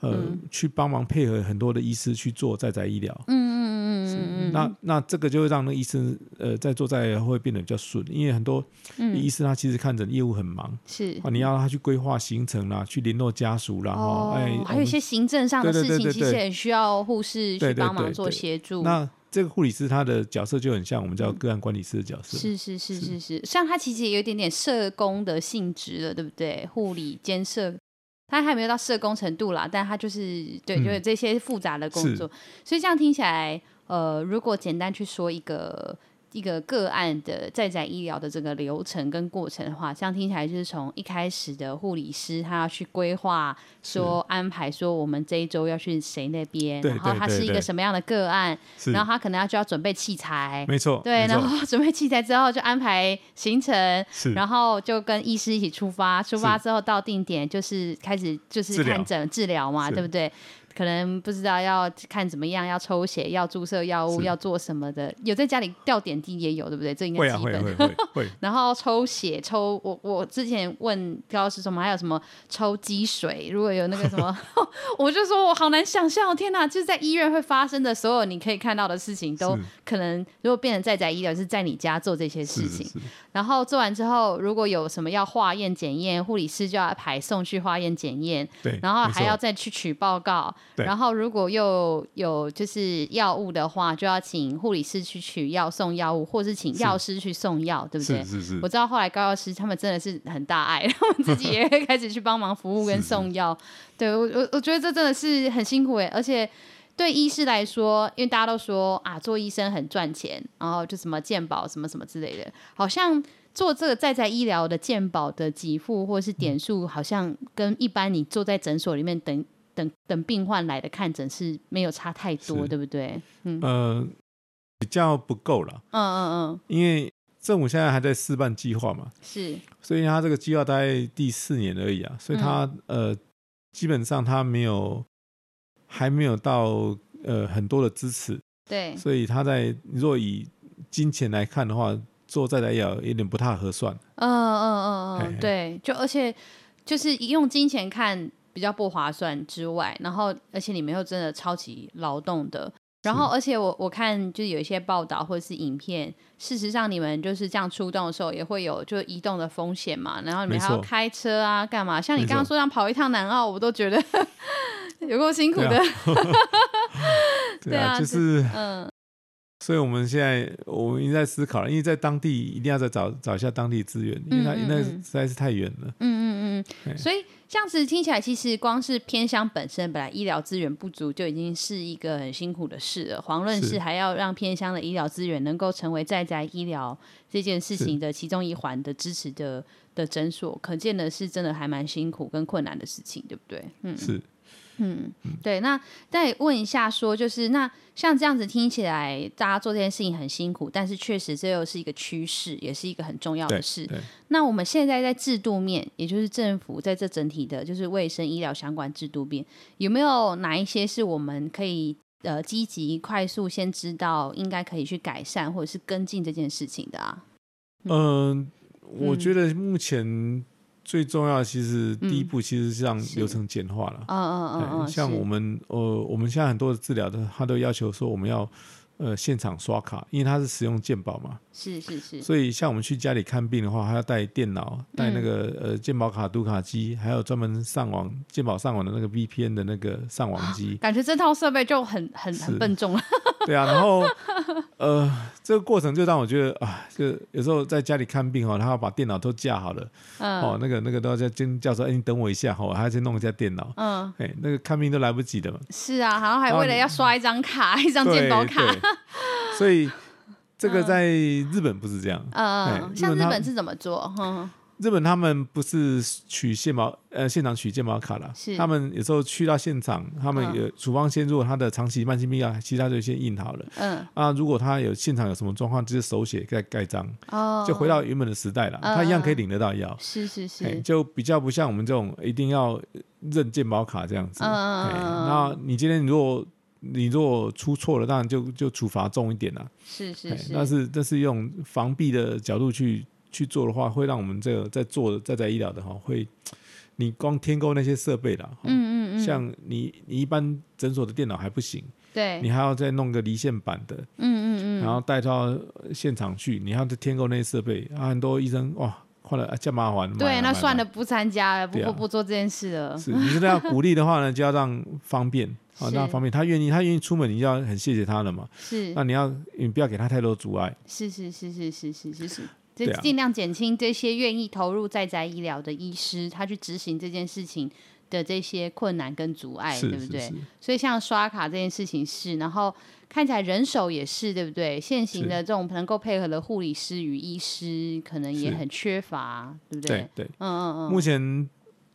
呃去帮忙配合很多的医师去做在宅医疗。嗯嗯嗯嗯嗯嗯，那那这个就会让那个医生呃在做在会变得比较顺，因为很多嗯医师他其实看诊业务很忙是啊，你要他去规划行程啦，去联络家属啦，哦哈，哎，还有一些行政上的对事对情，对对其实对也需要护士去对对帮对忙做对协助。那这个护理师他的角色就很像我们叫个案管理师的角嗯色，是是是是是，像它其实也有一点点社工的性质了，对不对？护理兼社，它还没有到社工程度啦，但它就是对，嗯就是这些复杂的工作。所以这样听起来，呃，如果简单去说一个一个个案的在宅医疗的这个流程跟过程的话，这样听起来就是从一开始的护理师他要去规划，说安排说我们这一周要去谁那边，对然后对他对是一个对什么样的个案，是然后他可能要就要准备器材，没错，对，没然错后准备器材之后就安排行程，是然后就跟医师一起出发，出发之后到定点就是开始就是治疗看诊治疗嘛，是对不对？可能不知道要看怎么样，要抽血，要注射药物，是要做什么的，有在家里吊点滴也有，对不对？这应该会啊基会本。会会 会，然后抽血抽，我我之前问高老师什么，还有什么抽积水，如果有那个什么， 我就说我好难想象哦，天哪！就是在医院会发生的所有你可以看到的事情，都是可能如果变成在宅医疗，是在你家做这些事是是情。是，然后做完之后，如果有什么要化验检验，护理师就要排送去化验检验，对，然后没还错要再去取报告。对然后如果又有就是药物的话，就要请护理师去取药送药物，或是请药师去送药，对不对是？是是我，知道后来高药师他们真的是很大爱， 他们自己也会开始去帮忙服务跟是是送药。对我我我觉得这真的是很辛苦哎，而且对医师来说，因为大家都说啊，做医生很赚钱，然后就什么健保什么什么之类的，好像做这个在在医疗的健保的给付或是点数，好像跟一般你坐在诊所里面等。等等病患来的看诊是没有差太多，是对不对？呃，比较不够了，嗯嗯嗯，因为政府现在还在试办计划嘛，是所以他这个计划大概第四年而已啊，所以他、嗯呃，基本上他没有还没有到呃很多的支持，对，所以他在若以金钱来看的话，做再来也有点不太合算。嗯嗯嗯嘿嗯，嘿对，就而且就是用金钱看比较不划算之外，然后而且你们又真的超级劳动的，然后而且我我看就是有一些报道或者是影片，事实上你们就是这样出动的时候也会有就移动的风险嘛，然后你们没还要错开车啊干嘛？像你没刚刚错说像跑一趟南澳，我都觉得 有够辛苦对的， 啊，对对啊啊，就这是嗯，所以我们现在我们一直在思考了，因为在当地一定要再找找一下当地资源，因为它嗯嗯那嗯实在是太远了。嗯嗯嗯，对所以这样子听起来，其实光是偏乡本身本来医疗资源不足就已经是一个很辛苦的事了，遑论是是还要让偏乡的医疗资源能够成为在家医疗这件事情的其中一环的支持的的诊所，可见的是真的还蛮辛苦跟困难的事情，对不对？嗯，是，对。那再问一下说就是那像这样子听起来，大家做这件事情很辛苦，但是确实这又是一个趋势，也是一个很重要对的事。对。那我们现在在制度面，也就是政府在这整体的，就是卫生医疗相关制度面，有没有哪一些是我们可以呃积极快速先知道应该可以去改善或者是跟进这件事情的啊？嗯，我嗯觉得目前最重要，其实第一嗯步其实是让是流程简化了。嗯嗯嗯哎嗯，像是我们呃，我们现在很多的治疗的，他都要求说我们要呃现场刷卡，因为它是使用健保嘛，是是是，，所以像我们去家里看病的话，还要带电脑、带那个呃健保卡、读卡机，还有专门上网健保上网的那个 VPN 的那个上网机感觉这套设备就很很很是笨重了。 对啊，然后呃，这个过程就让我觉得啊，就有时候在家里看病哦，他要把电脑都架好了，嗯哦，那个那个都要叫尖叫说，哎、你等我一下哈，我还要去弄一下电脑，嗯，哎、那个看病都来不及的嘛，是啊，然后还为了要刷一张卡，一张对健保卡。对，所以这个在日本不是这样，嗯，哎嗯像日本日它本是怎么做？嗯，日本他们不是取健保呃现场取健保卡啦，是他们有时候去到现场，他们嗯有处方先如果他的长期慢性病啊，其他就先印好了嗯，啊，如果他有现场有什么状况，就是手写盖盖章，哦，就回到原本的时代了，他一样可以领得到药。是嗯是哎，是，就比较不像我们这种一定要认健保卡这样子。嗯嗯哎嗯嗯那你今天如果你如果出错了，当然就就处罚重一点啦。是是哎是，但是但是用防避的角度去去做的话，会让我们这个在做的在在医疗的哈，会你光添购那些设备啦，哈嗯嗯嗯，像你你一般诊所的电脑还不行，对，你还要再弄个离线版的，嗯嗯嗯，然后带到呃现场去，你还要再添购那些设备啊。很多医生哇，快了，这、啊、麻烦。买对，啊那买啊算了，不参加了，不对啊不不做这件事了。是，你真的要鼓励的话呢，就要让方便啊， 是让方便。他愿意，他愿意出门，你就要很谢谢他了嘛。是那你要，你不要给他太多阻碍。是是是是是是是是，就对啊尽量减轻这些愿意投入在宅医疗的医师，他去执行这件事情的这些困难跟阻碍，是对不是对是？，所以像刷卡这件事情是，然后看起来人手也是，对不对？现行是的这种能够配合的护理师与医师，可能也是很缺乏，对不对？对。嗯嗯嗯，目前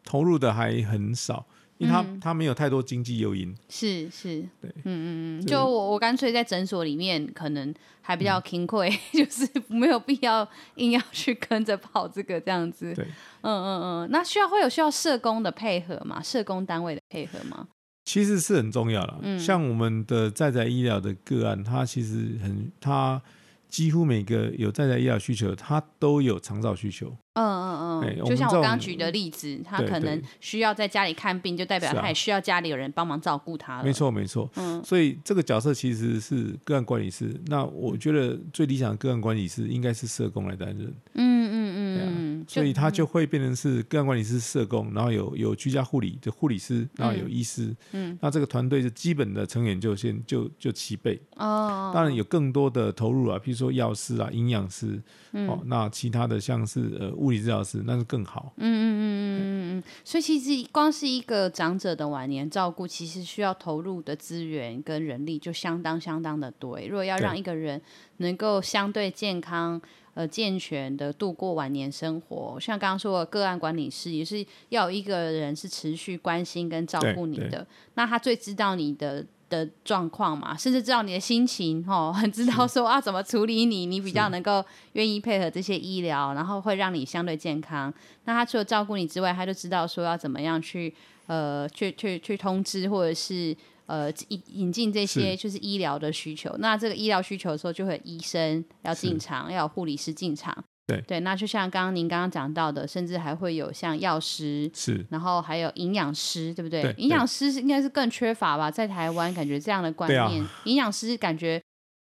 投入的还很少，因为他嗯他没有太多经济诱因。是是，对嗯嗯嗯，这就个嗯我我干脆在诊所里面可能还比较勤快， 就是没有必要硬要去跟着跑这个这样子。对嗯嗯嗯，那需要会有需要社工的配合吗？社工单位的配合吗？其实是很重要了。像我们的在宅医疗的个案，它其实很，它几乎每个有在宅医疗需求，它都有长照需求。嗯哎嗯嗯，我就们像我这刚刚种举的例子，他对可能对需要在家里看病，就代表是啊他也需要家里有人帮忙照顾他了。没，错，没错。嗯所以这个角色其实是个案管理师。那我觉得最理想的个案管理师应该是社工来担任，嗯嗯嗯嗯，啊所以他就会变成是个案管理师、社工，然后有有居家护理的护理师，然后有医师。嗯，那这个团队的基本的成员就先就就齐备。哦，当然有更多的投入啊，譬如说药师啊、营养师，嗯哦，那其他的像是呃物理治疗师，那是更好。嗯嗯嗯嗯嗯嗯，所以其实光是一个长者的晚年照顾，其实需要投入的资源跟人力就相当相当的多欸。如果要对让一个人能够相对健康、呃健全的度过晚年生活，像刚刚说的个案管理师，也是要有一个人是持续关心跟照顾你对对的，那他最知道你的。的状况嘛，甚至知道你的心情哦，很知道说啊怎么处理你，你比较能够愿意配合这些医疗，然后会让你相对健康。那他除了照顾你之外，他就知道说要怎么样去呃去去去通知或者是呃引引进这些是就是医疗的需求。那这个医疗需求的时候，就会有医生要进场，要有护理师进场。对对，那就像刚刚您刚刚讲到的，甚至还会有像药师。是然后还有营养师，对不对？对营养师是应该是更缺乏吧，在台湾感觉这样的观对啊念，营养师感觉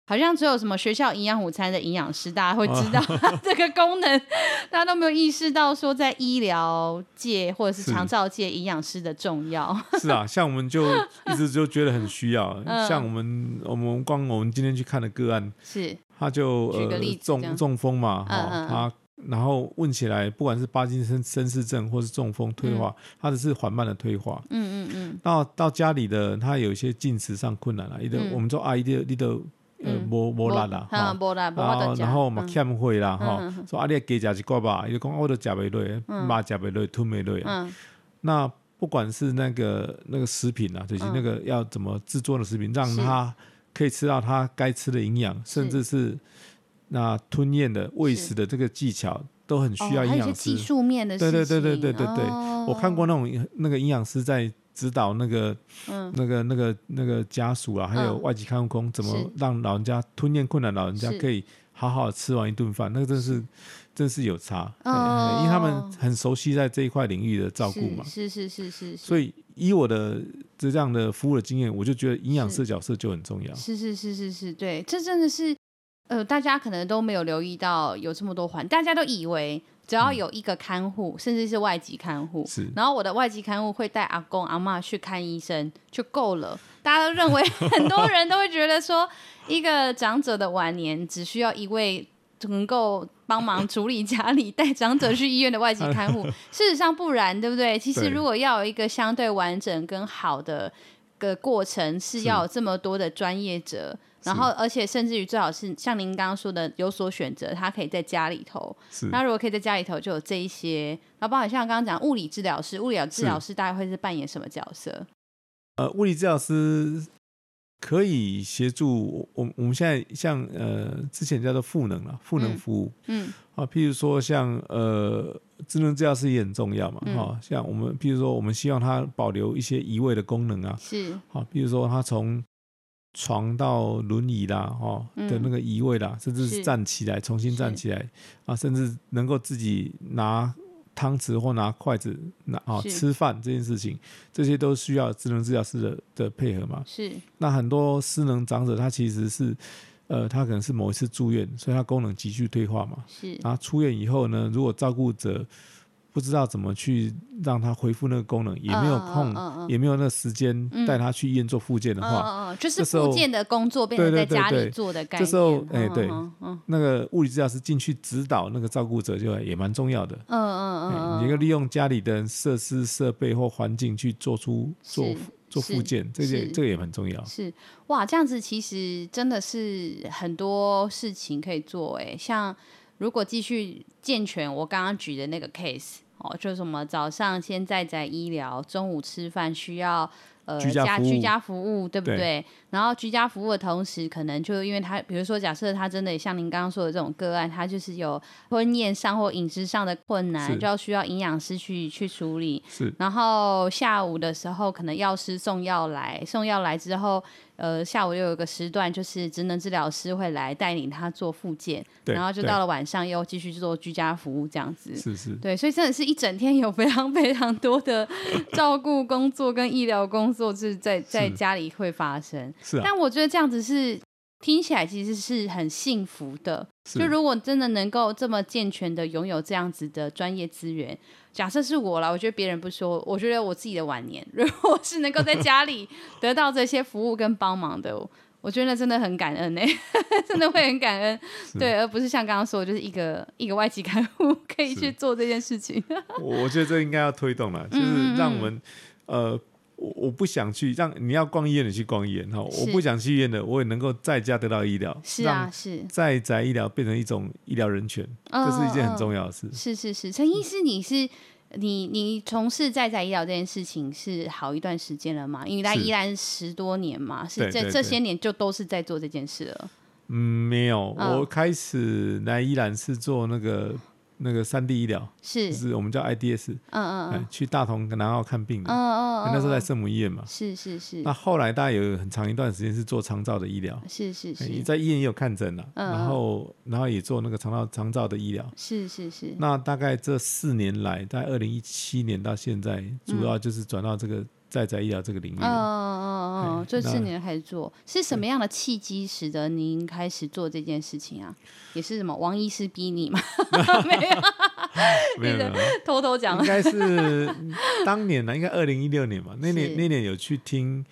好像只有什么学校营养午餐的营养师，大家会知道 哦这个功能，大家都没有意识到说在医疗界或者是是长照界营养师的重要。 是啊，像我们就一直就觉得很需要，嗯像我们我们光我们今天去看的个案，是，他就举个呃例子这样中中风嘛，嗯哦嗯，他然后问起来，不管是帕金森森氏症或是中风退化，嗯他只是缓慢的退化。嗯嗯嗯，到到家里的他有一些进食上困难了，一个嗯我们说啊，一个一个呃嗯无无力啦，哈哈，波啦，没法啊然度后吃然后嘛嗯欠费啦吼嗯嗯嗯，说啊你加食一寡吧，伊就讲啊我都食袂落，肉食袂落，吞袂落啊。嗯那不管是那个那个食品啊，就是嗯那个要怎么制作的食品，让是它可以吃到它该吃的营养，甚至是那吞咽的喂食的这个技巧，都很需要哦还营有一些养技师。术面的事对情，对对对对对对，哦我看过那种那个营养师在指导那个嗯那个那个那个家属啊，还有嗯外籍看护工，怎是么让老人家吞咽困难，老人家是可以好好地吃完一顿饭，那个真是真是有差，哦哎因为他们很熟悉在这一块领域的照顾嘛，是是是是是，所以以我的这样的服务的经验，我就觉得营养是师角色就很重要。是是是是是，对，这真的是，呃，大家可能都没有留意到有这么多环，大家都以为只要有一个看护，甚至是外籍看护，是然后我的外籍看护会带阿公阿嬷去看医生就够了，大家都认为很多人都会觉得说，一个长者的晚年只需要一位。能够帮忙处理家里带长者去医院的外籍看护，事实上不然，对不 对？其实对如果要有一个相对完整跟好的个过程，是是要有这么多的专业者，然后而且甚至于最好是像您刚刚说的有所选择，他可以在家里头，是那如果可以在家里头，就有这一些。那包含像刚刚讲物理治疗师，物理治疗师大概会是扮演什么角色？呃，物理治疗师可以协助我我我们现在像呃之前叫做赋能了，赋能嗯服务。嗯啊，譬如说像呃，智能治疗师也很重要嘛，哈、嗯像我们譬如说我们希望它保留一些移位的功能啊，是好、譬如说它从床到轮椅啦，哦的嗯那个移位啦，甚至是是站起来，重新站是起来啊，甚至能够自己拿汤匙或拿筷子拿啊、是吃饭这件事情，这些都需要智能治疗师的的配合嘛。是，那很多失能长者他其实是。呃，他可能是某一次住院，所以他功能急剧退化嘛。是然后出院以后呢，如果照顾者不知道怎么去让他恢复那个功能，也没有空，嗯嗯嗯嗯也没有那个时间嗯带他去医院做复健的嗯话，嗯嗯，就是这时候附件的工作变成在对对对家里对做的概念。这时候哎嗯对嗯嗯那个物理治疗师进去指导那个照顾者，就也蛮重要的。嗯嗯嗯哎嗯，你要利用家里的设施、设备或环境去做出做是做是复健，这是些这个也很重要。是哇，这样子其实真的是很多事情可以做诶、像如果继续健全我刚刚举的那个 case 哦，就什么早上先在宅医疗，中午吃饭需要呃居家家服务居家服务，对不对对？然后居家服务的同时，可能就因为他，比如说假设他真的像您刚刚说的这种个案，他就是有婚宴上或饮食上的困难，是就要需要营养师去去处理。是然后下午的时候，可能药师送药来，送药来之后，呃，下午又有个时段，就是职能治疗师会来带领他做复健，对然后就对到了晚上又继续做居家服务这样子。是是，对，所以真的是一整天有非常非常多的照顾工作跟医疗工作是在在是家里会发生。是啊，但我觉得这样子是听起来其实是很幸福的。是就如果真的能够这么健全的拥有这样子的专业资源，假设是我啦，我觉得别人不说，我觉得我自己的晚年， 如果是能够在家 里得到这些服务跟帮忙的，我觉得真的很感恩呢、欸 真的会很感恩。对，而不是像刚刚说的，就是一个一个外籍看护 可以是去做这件事情。 我我觉得这应该要推嗯动了，就是让我们呃，我我不想去让你要逛医院的去逛医院哈，我是不想去医院的，我也能够在家得到医疗，是让啊，是，在宅医疗变成一种医疗人权，嗯这是一件很嗯重要的事。是是是，陈医师，你是你你从事在宅医疗这件事情是好一段时间了吗？因为在是宜兰十多年嘛，是对这对这对些年就都是在做这件事了。嗯，没有，嗯我开始来依然是做那个那个三 D 医疗，是就，是我们叫 IDS，嗯嗯哎去大同南澳看病嗯的，嗯嗯，那时候在嗯圣母医院嘛。是是是那后来大概有很长一段时间是做肠照的医疗，是是哎是在医院也有看诊了，嗯然后然后也做那个肠道肠照的医疗。是是是，那大概这四年来，在二零一七年到现在，主要就是转到这个在宅医疗这个领域嗯嗯嗯了。嗯，哎就那是你开始做，是什么样的契机使得您开始做这件事情啊？也是什么王医师逼 你吗？没有，没有没有，没有偷偷讲应，该是当年呢，应该二零一六年嘛，那年是那年有去听，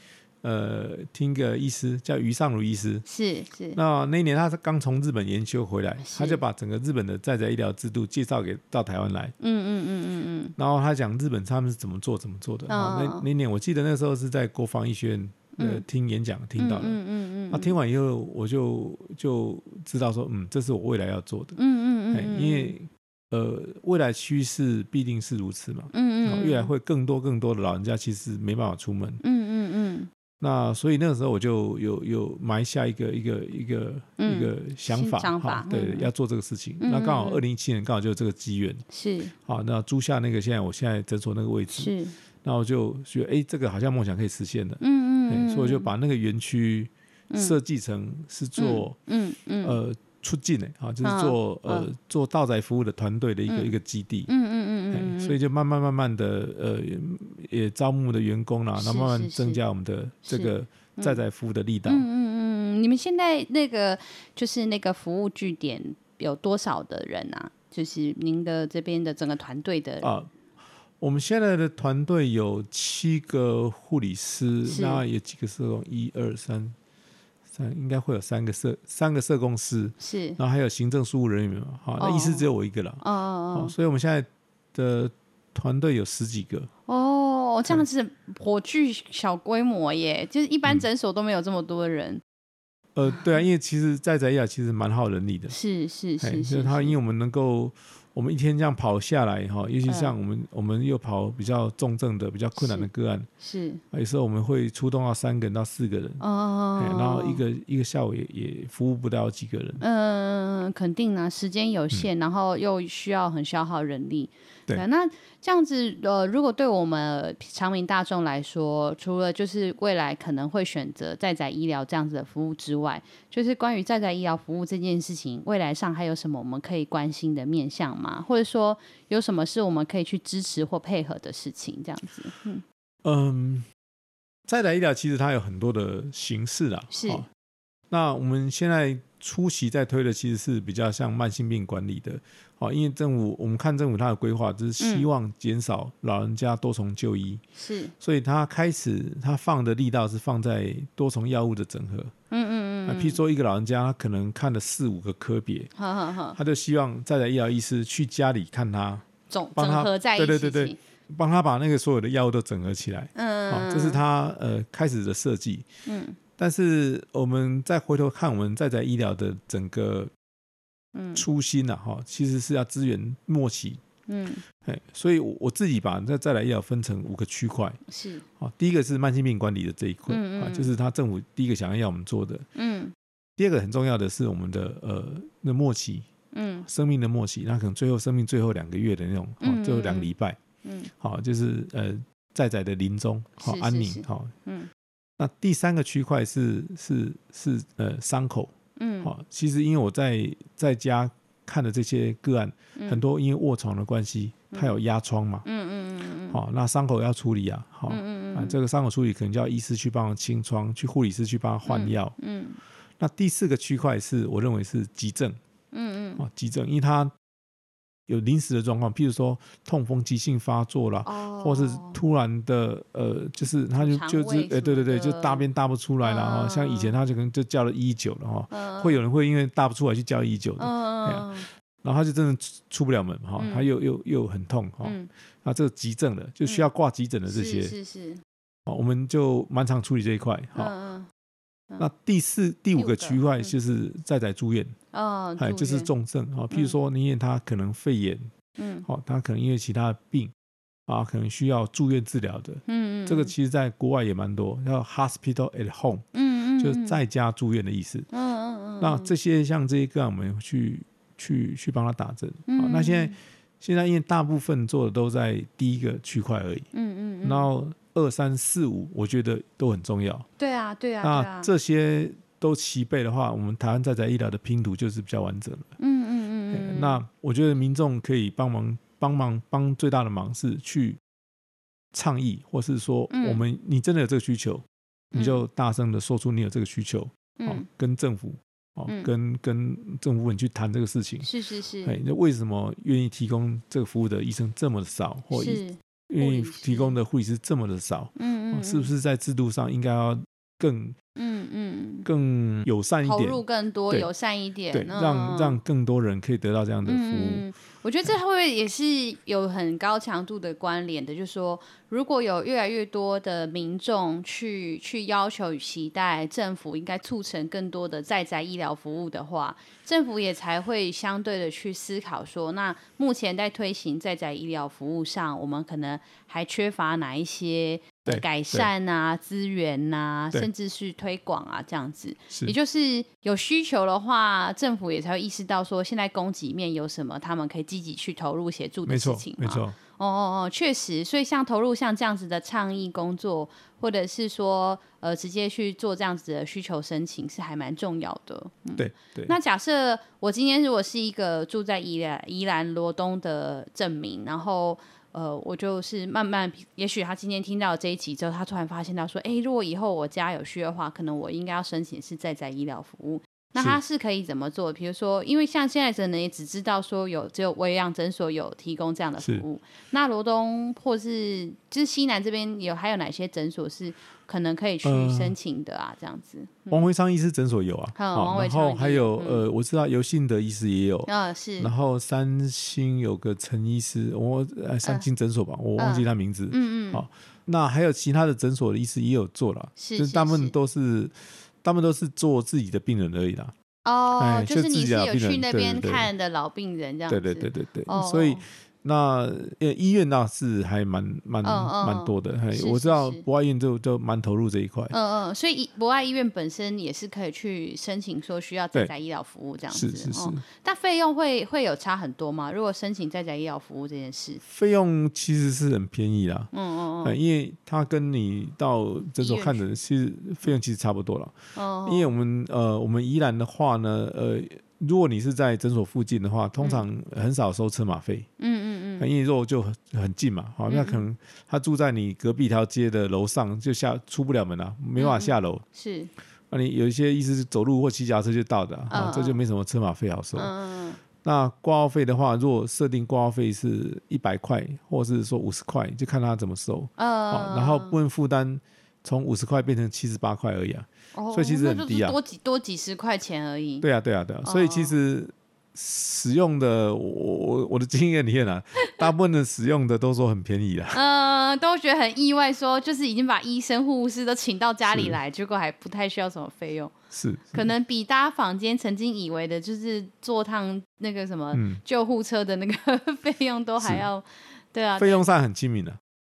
呃，听个医师叫于尚如医师。是是嗯那那年他是刚从日本研修回来，是他就把整个日本的在宅医疗制度介绍给到台湾来。嗯嗯嗯嗯然后他讲日本他们是怎么做怎么做的。嗯哦那那年我记得那时候是在国防医学院呃嗯听演讲嗯，听到嗯的。嗯嗯嗯那听完以后，我就就知道说，嗯，这是我未来要做的嗯，嗯嗯哎嗯，因为呃，未来趋势必定是如此嘛。嗯哦嗯，越来会更多更多的老人家其实没办法出门，嗯嗯那所以那个时候我就有有埋下一个一个一个、嗯一个想法，新想法哈对，嗯要做这个事情。嗯那刚好嗯嗯二零一七年刚好就有这个机缘，嗯，是好，那租下那个现在我现在诊所那个位置，是，那我就觉得哎，这个好像梦想可以实现的，嗯哎嗯，所以我就把那个园区嗯设计成是做、嗯嗯嗯呃出境的啊，就是嗯做、呃嗯做道宅服务的团队的一个、一个基地，嗯嗯哎嗯，所以就慢慢慢慢的，呃，也招募的员工啦，是然后慢慢是是增加我们的这个在在服务的力道。嗯嗯嗯，你们现在那个就是那个服务据点有多少的人啊？就是您的这边的整个团队的啊，我们现在的团队有七个护理师，是那有几个社工，一二三三，应该会有三个社三个社工师，是，然后还有行政事务人员嘛，好、那哦医师只有我一个了，哦哦，哦所以我们现在的团队有十几个，哦哦，这样子颇具小规模耶，就是一嗯般诊所都没有这么多人，呃，对啊，因为其实在在医疗其实蛮耗人力的，是是哎，是就是是，他，因为我们能够，我们一天这样跑下来哈，尤其嗯像我们，我们又跑比较重症的、比较困难的个案，是啊有时候我们会出动到三个人到四个人，哦哎，然后一个一个下午也也服务不到几个人，嗯，肯定啦，时间有限，然后又需要很消耗人力。嗯对那这样子，呃，如果对我们常民大众来说，除了就是未来可能会选择在宅医疗这样子的服务之外，就是关于在宅医疗服务这件事情，未来上还有什么我们可以关心的面向吗？或者说有什么是我们可以去支持或配合的事情？这样子，嗯，嗯，再来医疗其实它有很多的形式啦，是哦那我们现在初期在推的其实是比较像慢性病管理的，哦，因为政府我们看政府它的规划就是希嗯望减少老人家多重就医，是，所以他开始他放的力道是放在多重药物的整合。嗯嗯嗯，啊那譬如说一个老人家，他可能看了四五个科别，好好好，他就希望再来医疗医师去家里看他，总帮他整合在一起，对对对对，帮他把那个所有的药物都整合起来。嗯，啊，这是他呃开始的设计。嗯但是我们再回头看我们在在医疗的整个嗯初心啊，哈，其实是要支援末期嗯，哎，所以我我自己把那再来医疗分成五个区块是，啊，第一个是慢性病管理的这一块嗯嗯啊，嗯就是他政府第一个想要要我们做的，嗯第二个很重要的是我们的呃那末期嗯生命的末期，那可能最后生命最后两个月的那种，嗯哦，最后两个礼拜，嗯好、就是呃在在的临终，好、是是安是宁，好、嗯那第三个区块是是是呃伤口，嗯，好、其实因为我在在家看的这些个案，嗯很多因为卧床的关系，它有压疮嘛，嗯嗯嗯嗯，好、那伤口要处理啊，好、嗯嗯啊嗯，这个伤口处理可能就要医师去帮他清创，去护理师去帮他换药。嗯那第四个区块是我认为是急症嗯嗯啊，急症，因为它有临时的状况，譬如说痛风急性发作啦，哦，或是突然的呃，就是他就肠就是胃呃，对对对，什就么大便大不出来了嗯哈、嗯像以前他就可能就叫了一九了哈、嗯会有人会因为大不出来去叫一九的，哎嗯然后他就真的出出不了门哈、嗯他又又又很痛哈、嗯，那这个急症的就需要挂急诊的这些是，是是，哦我们就蛮常处理这一块哈。嗯那第四、第五第五个个区块嗯就是在宅住院，嗯哎，就是，重症啊、哦，譬如说因为他可能肺炎，嗯哦，他可能因为其他的病啊，可能需要住院治疗的，嗯嗯，这个其实在国外也蛮多，叫 hospital at home，嗯嗯，就是在家住院的意思。嗯嗯嗯，那这些像这些个案，我们去去去帮他打针。嗯好，那现在现在因为大部分做的都在第一个区块而已，嗯嗯，然后二三四五，我觉得都很重要。对啊对啊，那这些都齐备的话，我们台湾在宅医疗的拼图就是比较完整了。嗯嗯嗯，那我觉得民众可以帮忙帮忙帮最大的忙是去倡议，或是说嗯我们、你真的有这个需求，嗯你就大声的说出你有这个需求，哦嗯，跟政府哦，嗯跟跟政府部门去谈这个事情。是是是，哎，那为什么愿意提供这个服务的医生这么少，或医是愿意护理师提供的护理师这么的少？嗯哦嗯，是不是在制度上应该要更嗯嗯更友善一投点？入更多，对友善一点，对，嗯让让更多人可以得到这样的服务。嗯，嗯我觉得这会不会也是有很高强度的关联的，就是说，如果有越来越多的民众去去要求与期待政府应该促成更多的在宅医疗服务的话，政府也才会相对的去思考说，那目前在推行在宅医疗服务上，我们可能还缺乏哪一些呃对改对善啊、资源呐、对甚至是推广啊这样子。是也就是有需求的话，政府也才会意识到说现在供给面有什么，他们可以积极去投入协助的没事错情，嘛。没错，哦哦哦，确实，所以像投入像这样子的倡议工作，或者是说呃直接去做这样子的需求申请，是还蛮重要的。对对。嗯那假设我今天如果是一个住在宜兰宜兰罗东的证明，然后呃，我就是慢慢，也许他今天听到这一集之后，他突然发现到说，诶，如果以后我家有需要的话，可能我应该要申请是在在医疗服务。那是他是可以怎么做？比如说，因为像现在可能也只知道说有只有微量诊所有提供这样的服是务，那罗东或是就是西南这边有还有哪些诊所是可能可以去呃哦申请的啊？这样子，王辉昌医师诊所有啊，好好王辉然昌后还有医嗯呃，我知道尤信德医师也有，呃，是，然后三星有个陈医师，我呃三星诊所吧，我忘记他名字。嗯嗯嗯，好那还有其他的诊所的医师也有做了，是就是大部是分都是大部分都是做自己的病人而已啦。哦，哎就就是自你己是的有病人去那对边对对看的老病人这样子，对对对对对，哦，所以那呃医院倒是还蛮蛮嗯嗯蛮多的，嘿是我是知道是国外医院就就蛮投入这一块。嗯嗯，所以医博爱医院本身也是可以去申请说需要在对宅医疗服务这样子，是是是，哦，但费用会会有差很多吗？如果申请在宅医疗服务这件事，费用其实是很便宜啦。嗯嗯呃，因为他跟你到诊所看诊，其实费用其实差不多了。嗯因为我们呃，我们宜兰的话呢，呃，如果你是在诊所附近的话，通常很少收车马费，嗯嗯嗯嗯因为肉就很很近嘛。好、那可能他住在你隔壁一条街的楼上，就下出不了门啊，没办法下楼。嗯，是，那你有一些意思是走路或骑脚踏车就到的啊，嗯啊这就没什么车马费好收。嗯那挂号费的话，如果设定挂号费是一百块，或是说五十块，就看他怎么收。嗯嗯，哦，然后部分负担从五十块变成七十八块而已啊。哦所以其实那很就是低啊多几多几十块钱而已，对啊，对啊，对啊。所以哦其实使用的，我我我的经验里面啊，大部分的使用的都说很便宜啦。嗯，都觉得很意外，说就是已经把医生、护士都请到家里是来，结果还不太需要什么费用。是，可能比大家坊间曾经以为的，就是坐趟那个什么嗯，救护车的那个 费用都还要，对啊，费用上很亲民的、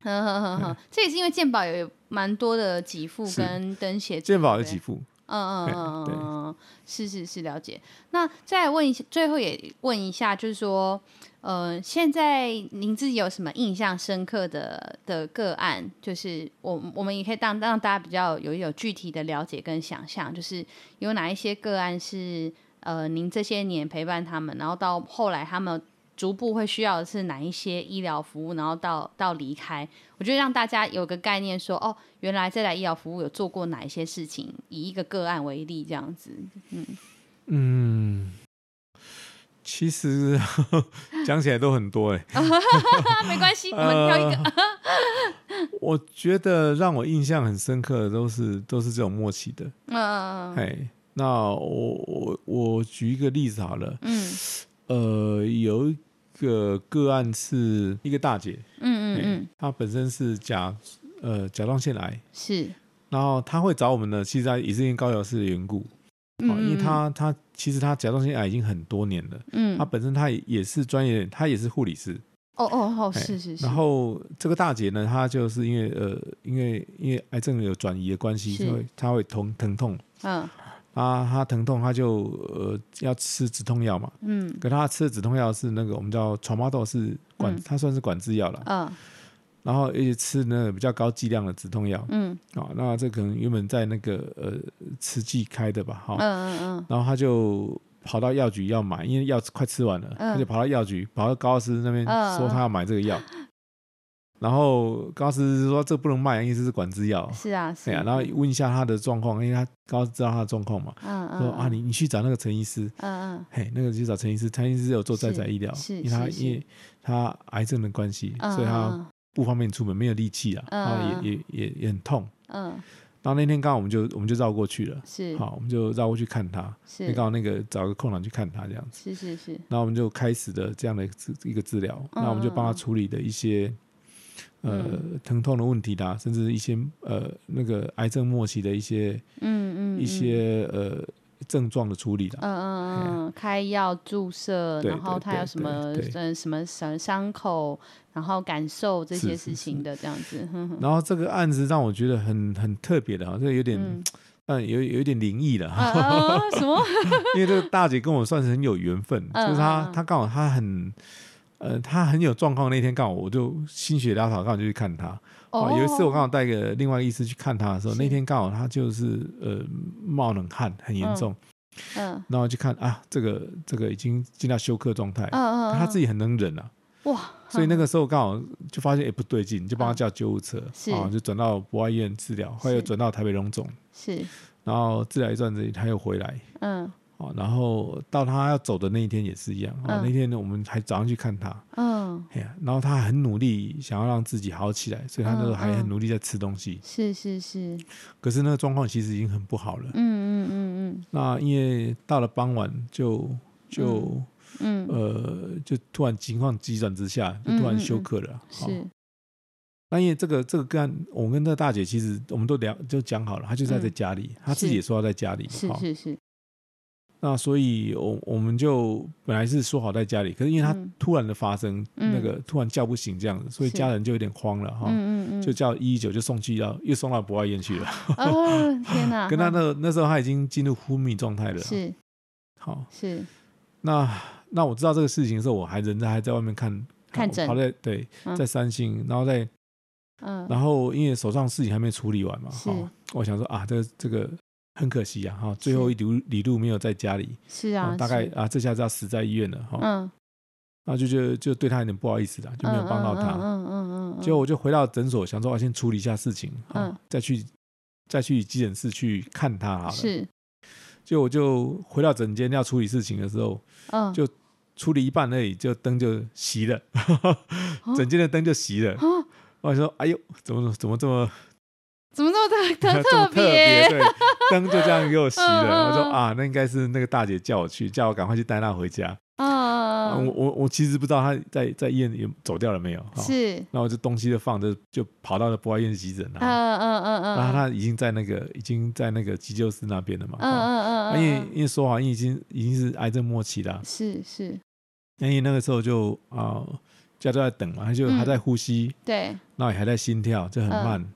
呵呵呵呵，这也是因为健保有蛮多的给付是跟登写健保有几副，嗯嗯嗯嗯对嗯嗯，是是是，了解。那再问一下，最后也问一下，就是说，呃，现在您自己有什么印象深刻的的个案？就是我我们也可以当让大家比较有有具体的了解跟想象，就是有哪一些个案是呃，您这些年陪伴他们，然后到后来他们。逐步会需要的是哪一些医疗服务，然后到到离开，我觉得让大家有个概念说，哦，原来这台医疗服务有做过哪一些事情，以一个个案为例，这样子。嗯，其实 讲起来都很多哎、啊那 没关系，我们挑一个。我觉得让我印象很深刻的都是都是这种默契的。嗯嗯哎、那我我我举一个例子好了，嗯呃，有一个个案是一个大姐，嗯嗯嗯，她本身是甲呃甲状腺癌，是。然后她会找我们呢，其实她也是因为高瑶氏的缘故，嗯哦，因为嗯她她其实她甲状腺癌已经很多年了，嗯，她哦本身她也也是专业，她也是护理师，哦哦，哎是是是。然后这个大姐呢，她就是因为呃，因为因为癌症有转移的关系，是她会她会疼疼痛嗯啊，她疼痛她就呃要吃止痛药嘛，嗯可她吃的止痛药是那个我们叫传麻豆，是管、嗯它算是管制药了，嗯然后而且吃那个比较高剂量的止痛药嗯啊，那这可能原本在那个呃吃剂开的吧，哈、嗯嗯然后她就。跑到药局要买，因为药快吃完了，嗯她就跑到药局，跑到高老师那边嗯说她要买这个药，然后高老师说这不能卖，因为这是管制药嗯，。是啊是对啊，然后问一下她的状况，因为她高老师知道她的状况嘛，嗯嗯说啊你你去找那个陈医师，嗯嘿，那个去找陈医师，陈医师有做在宅医疗，是是因为他是是因为他癌症的关系，嗯，所以他不方便出门，没有力气啊，嗯然后嗯也也也也很痛。嗯然后那天刚好我们就我们就绕过去了，是好，我们就绕过去看他，因是为刚好那个找个空档去看他这样是子。是是然后我们就开始了这样的治一个治疗，嗯那我们就帮他处理的一些呃疼痛的问题啦，甚至一些呃那个癌症末期的一些嗯嗯一些呃症状的处理啦。嗯嗯嗯，开药注射，对然后对他对有什对么对嗯什么伤伤口，然后感受这是些是事情是的这样子，嗯哼 哼然后这个案子让我觉得很很特别的哈，这个有点嗯嗯有有一点灵异了哈，啊啊什么？因为这个大姐跟我算是很有缘分，嗯就是她嗯嗯她刚好她很呃她很有状况那天刚好我就心血来潮刚好就去看她。哦，有一次我刚好带个另外一个医师去看他的时候，是那天刚好他就是呃冒冷汗很严重，嗯然后去看啊，这个这个已经进到休克状态，嗯嗯，他自己己很能忍啊，哇，所以那个时候刚好就发现哎、不对劲，就帮他叫救护车，嗯是啊就转到博爱医院治疗，后来又是转到台北荣总，是然后治疗一段时间他又回来。嗯啊，然后到他要走的那一天也是一样啊。嗯那天呢，我们还早上去看他，嗯哎呀，然后他很努力想要让自己好起来，所以他嗯那时候还很努力在吃东西。是是是，可是那个状况其实已经很不好了。嗯嗯嗯那因为到了傍晚就就、嗯嗯呃就突然情况急转直下，就突嗯嗯然嗯休克了。好是那因为这个这个个案，我跟那个大姐其实我们都聊就讲好了，她就在嗯在家里，她自己是也说要在家里。哦是好是是，那所以我我们就本来是说好在家里，可是因为她嗯突然的发生、嗯那个突然叫不醒这样子，所以是家人就有点慌了哈。嗯嗯嗯，就叫一一九，就送去到又送到博爱医院去了。哦天哪， 跟他那那时候他已经进入昏迷状态了。是好，是那那我知道这个事情的时候，我还人在还在外面看看诊跑在对，嗯在三星，然后在嗯然后因为手上事情还没处理完嘛，是哈、我想说啊，这个这个很可惜啊，哈、最后一里路里路没有在家里，是啊啊，大概啊这下子要死在医院了哈，那、嗯就就就对他有点不好意思啦，就没有帮到他，嗯嗯嗯，结果我就回到诊所，想说啊先处理一下事情，哈嗯再去再去急诊室去看他好了，是结果我就回到诊间要处理事情的时候，嗯处理一半而已，就灯就熄了，整间的灯就熄了。哦我想说，哎呦，怎么怎么这么怎么这 么这特么特别？别？对，灯就这样给我熄嗯嗯了。我说嗯啊，那应该是那个大姐叫我去，叫我赶快去带她回家。啊我嗯，我我其实不知道他在在医院有走掉了没有，哈是，那我就东西就放着，就跑到了博爱医院急诊了。嗯嗯嗯嗯，然后他已经在那个已经在那个急救室那边了嘛，嗯哈嗯嗯啊因为嗯，因为说好像已经已经是癌症末期了，是是，那因为那个时候就啊、大家都在等嘛，他就嗯还在呼吸，对，那、也还在心跳，就很慢，嗯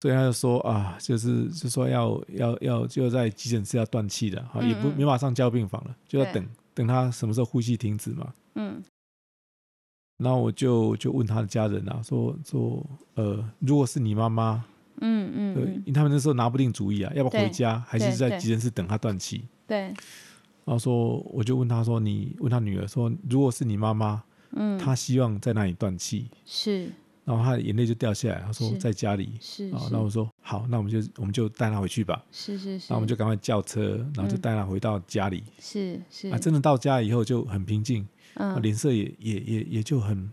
所以他就说啊，就是就说要要要就在急诊室要断气的，啊，嗯也不嗯没法上交病房了，就要对等等他什么时候呼吸停止嘛。嗯然后我就就问他的家人啊，说说呃，如果是你妈妈，嗯嗯对，嗯，因为他们那时候拿不定主意啊，要不要对回家，还对是在对急诊室等他断气。对，然后说，我就问他说，你问他女儿说，如果是你妈妈，嗯，她希望在哪里断气？是然后她的眼泪就掉下来，她说是在家里。是啊，那我说好，那我们就我们就带她回去吧。是是是，那我们就赶快叫车，然后就嗯带她回到家里。是是啊，真的到家以后就很平静，啊嗯，脸色也也也也就很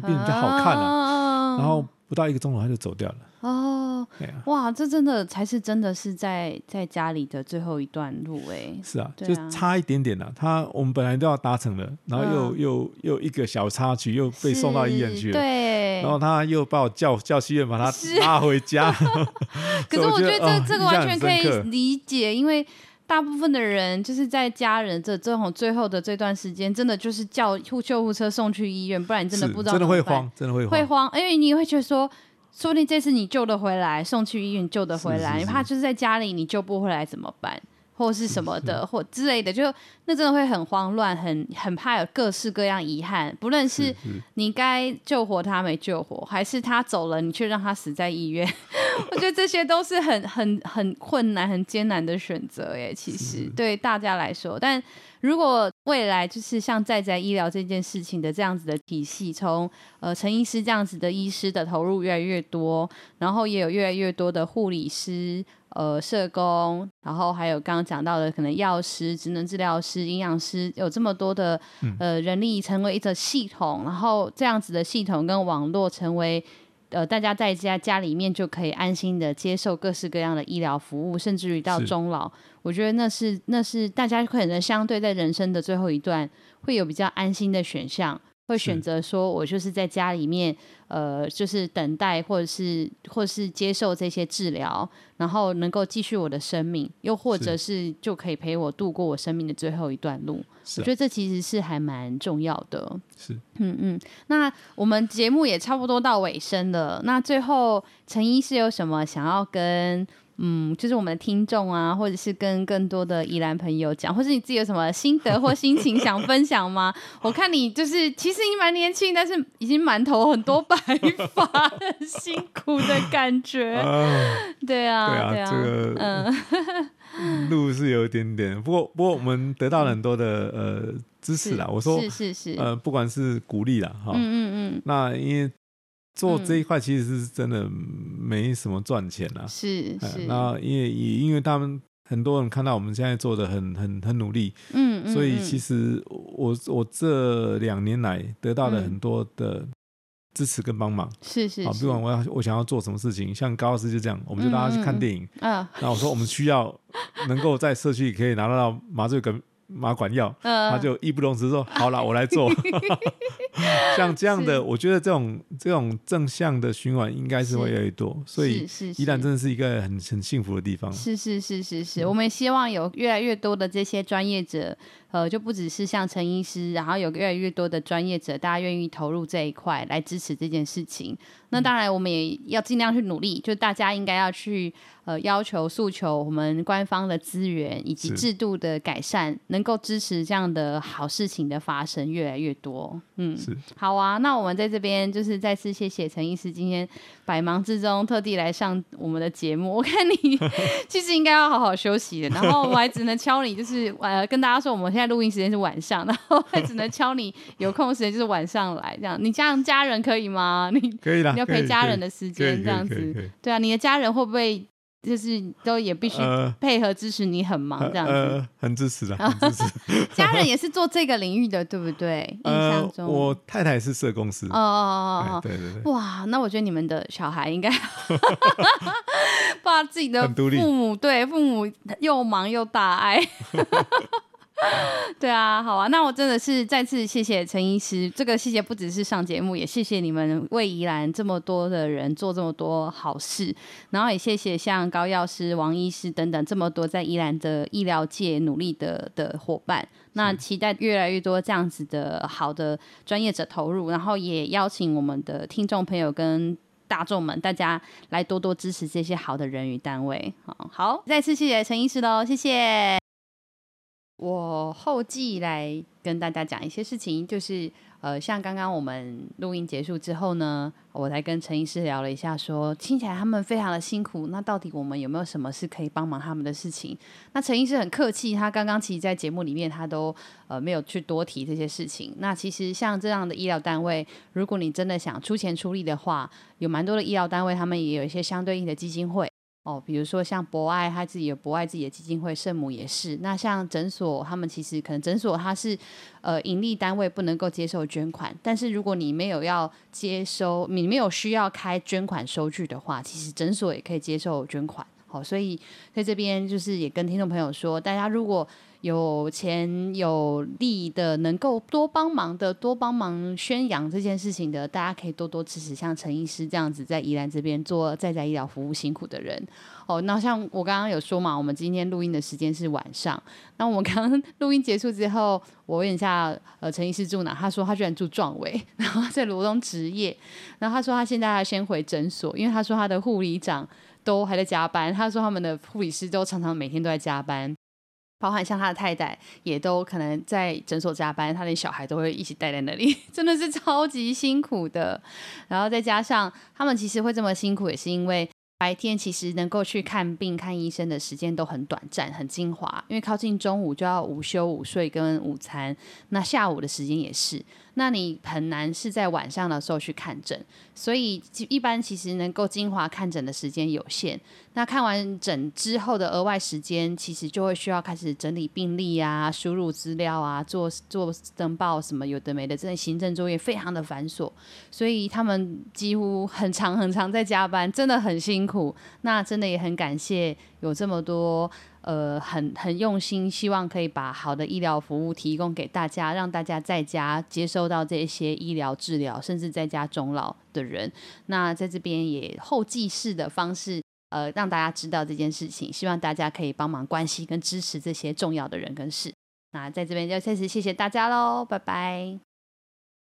就变得比较啊好看哦了、了然后不到一个钟头，她就走掉了。哦，哎呀、哇，这真的才是真的是在在家里的最后一段路哎，是啊，对就啊差一点点啦、他我们本来都要达成了，然后又、又又一个小插曲，又被送到医院嗯是去了。对，然后他又把我叫叫去医院，把他拉回家。 可所是以我觉得这、哦这个印象完全很可深以刻理解，因为大部分的人就是在家人这这种最后的这段时间，真的就是叫护救护车送去医院，不 然你真的是不知道真的会怎么办，慌，真的会慌。会慌，因为你会觉得说。说不定这次你救得回来，送去医院救得回来，是是你是怕就是在家里你救不回来怎么办，或是什么的，或之类的，就那真的会很慌乱，很很怕有各式各样遗憾，不论是是你该救活他没救活，还是他走了，你却让他死在医 院？我觉得这些都是很很很困难、很艰难的选择耶。其实是对大家来说，但如果未来就是像在在医疗这件事情的这样子的体系，从呃陈医师这样子的医师的投入越来越多，然后也有越来越多的护理师、呃社工，然后还有刚刚讲到的可能药师、职能治疗师、营养师，有这么多的呃人力成为一个系统，然后这样子的系统跟网络成为。呃，大家在家家里面就可以安心的接受各式各样的医疗服务，甚至于到是终老，我觉得那是那是大家可能相对在人生的最后一段会有比较安心的选项，会选是择说我就是在家里面，呃，就是等待或者是或是接受这些治疗，然后能够继续我的生命，又或者是就可以陪我度过我生命的最后一段路。是我啊觉得这其实是还蛮重要的。是，嗯嗯，那我们节目也差不多到尾声了。那最后，陈医师有什么想要跟嗯，就是我们的听众啊，或者是跟更多的宜兰朋友讲，或是你自己有什么心得或心情想分享吗？ 我看你就是其实你蛮年轻，但是已经满头很多白 发，很辛苦的感觉。 啊，对对啊，啊，这个嗯，路是有一点点，不过不过我们得到了很多的呃支持啦。我说嗯是是是，呃，不管是鼓励啦，哈，嗯嗯那因为做嗯这一块其实是真的没什么赚钱啦嗯，。是哎是，那因为也因为他们很多人看到我们现在做的很很很努力，嗯嗯，所以其实实我我这两年来得到了很多的支持跟帮忙。是是啊，是不管我要我想要做什么事情，像高老师就这样，我们就大家去看电影。嗯那我说我们需要能够在社区可以拿到麻醉跟麻管药，嗯，他就义不容辞说好了，我 来做。像这样是的，我觉得这种这种正向的循环应该是会是越来越多，所以是是宜兰是真的是一个很很幸福的地方。嗯是是是是是，我们也希望有越来越多的这些专业者，呃，就不只是像陈医师，然后有越来越多的专业者，大家愿意投入这一块来支持这件事情。嗯那当然，我们也要尽量去努力，就大家应该要去呃要求诉求我们官方的资源以及是制度的改善，能够支持这样的好事情的发生越来越多。嗯，是好啊，那我们在这边就是再次谢谢陈医师今天百忙之中特地来上我们的节目。我 看你其实应该要好好休息的，然后我还只能敲你，就是呃跟大家说我们现在录音时间是晚上， 然后还只能敲你有空的时间就是晚上来这样。你这样家人可以吗？ 你你可以啦，要可以陪家人的时可以间可以这样可以可子，以对啊，你的家人会不会就是都也必须呃配合支持你很忙这样子？呃，很支持的，很支持。家人也是做这个领域的，对不对？ 印 呃象，中，哦我太太是社公司哦哦，哦哦哎哦，对对对，哇，那我觉得你们的小孩应该 把自己的很独立父母对父母又忙又大爱， 对啊，好啊，那我真的是再次谢谢陈医师，这个谢谢不只是上节目，也谢谢你们为宜兰这么多的人做这么多好事，然后也谢谢像高药师、王医师等等这么多在宜兰的医疗界努力的的伙伴。那期待越来越多这样子的好的专业者投入，然后也邀请我们的听众朋友跟大众们，大家来多多支持这些好的人与单位。好，好，再次谢谢陈医师喽，谢谢。我后继来跟大家讲一些事情，就是呃，像刚刚我们录音结束之后呢，我才跟陈医师聊了一下说听起来他们非常的辛苦，那到底我们有没有什么是可以帮忙他们的事情？那陈医师很客气，他刚刚其实在节目里面他都呃没有去多提这些事情。那其实像这样的医疗单位，如果你真的想出钱出力的话，有蛮多的医疗单位，他们也有一些相对应的基金会。哦，比如说像博爱，他自己有博爱自己的基金会，圣母也是。那像诊所，他们其实可能诊所它是呃盈利单位，不能够接受捐款。但是如果你没有要接收，你没有需要开捐款收据的话，其实诊所也可以接受捐款。好、哦，所以在这边就是也跟听众朋友说，大家如果有钱有力的，能够多帮忙的，多帮忙宣扬这件事情的，大家可以多多支持像陈医师这样子在宜兰这边做在家医疗服务辛苦的人。哦，那像我刚刚有说嘛，我们今天录音的时间是晚上。那我们刚刚录音结束之后，我问一下呃陈医师住哪，他说他居然住壮伟， 然后在罗东职业。然后他说他现在要先回诊所，因为他说他的护理长都还在加班，他说他们的护理师都常常每天都在加班。包含像他的太太也都可能在诊所加班，他连小孩都会一起带在那里， 真的是超级辛苦的。然后再加上他们其实会这么辛苦，也是因为白天其实能够去看病、看医生的时间都很短暂、很精华，因为靠近中午就要午休、午睡跟午餐，那下午的时间也是。那你很难是在晚上的时候去看诊，所以一般其实能够精华看诊的时间有限。那看完诊之后的额外时间，其实就会需要开始整理病历啊、输入资料啊、做做登报什么有的没的，这些行政作业非常的繁琐，所以他们几乎很长很长在加班，真的很辛苦。那真的也很感谢有这么多。呃，很很用心，希望可以把好的医疗服务提供给大家，让大家在家接收到这些医疗治疗，甚至在家终老的人。那在这边也后继式的方式，呃，让大家知道这件事情，希望大家可以帮忙关心跟支持这些重要的人跟事。那在这边就再次谢谢大家喽，拜拜。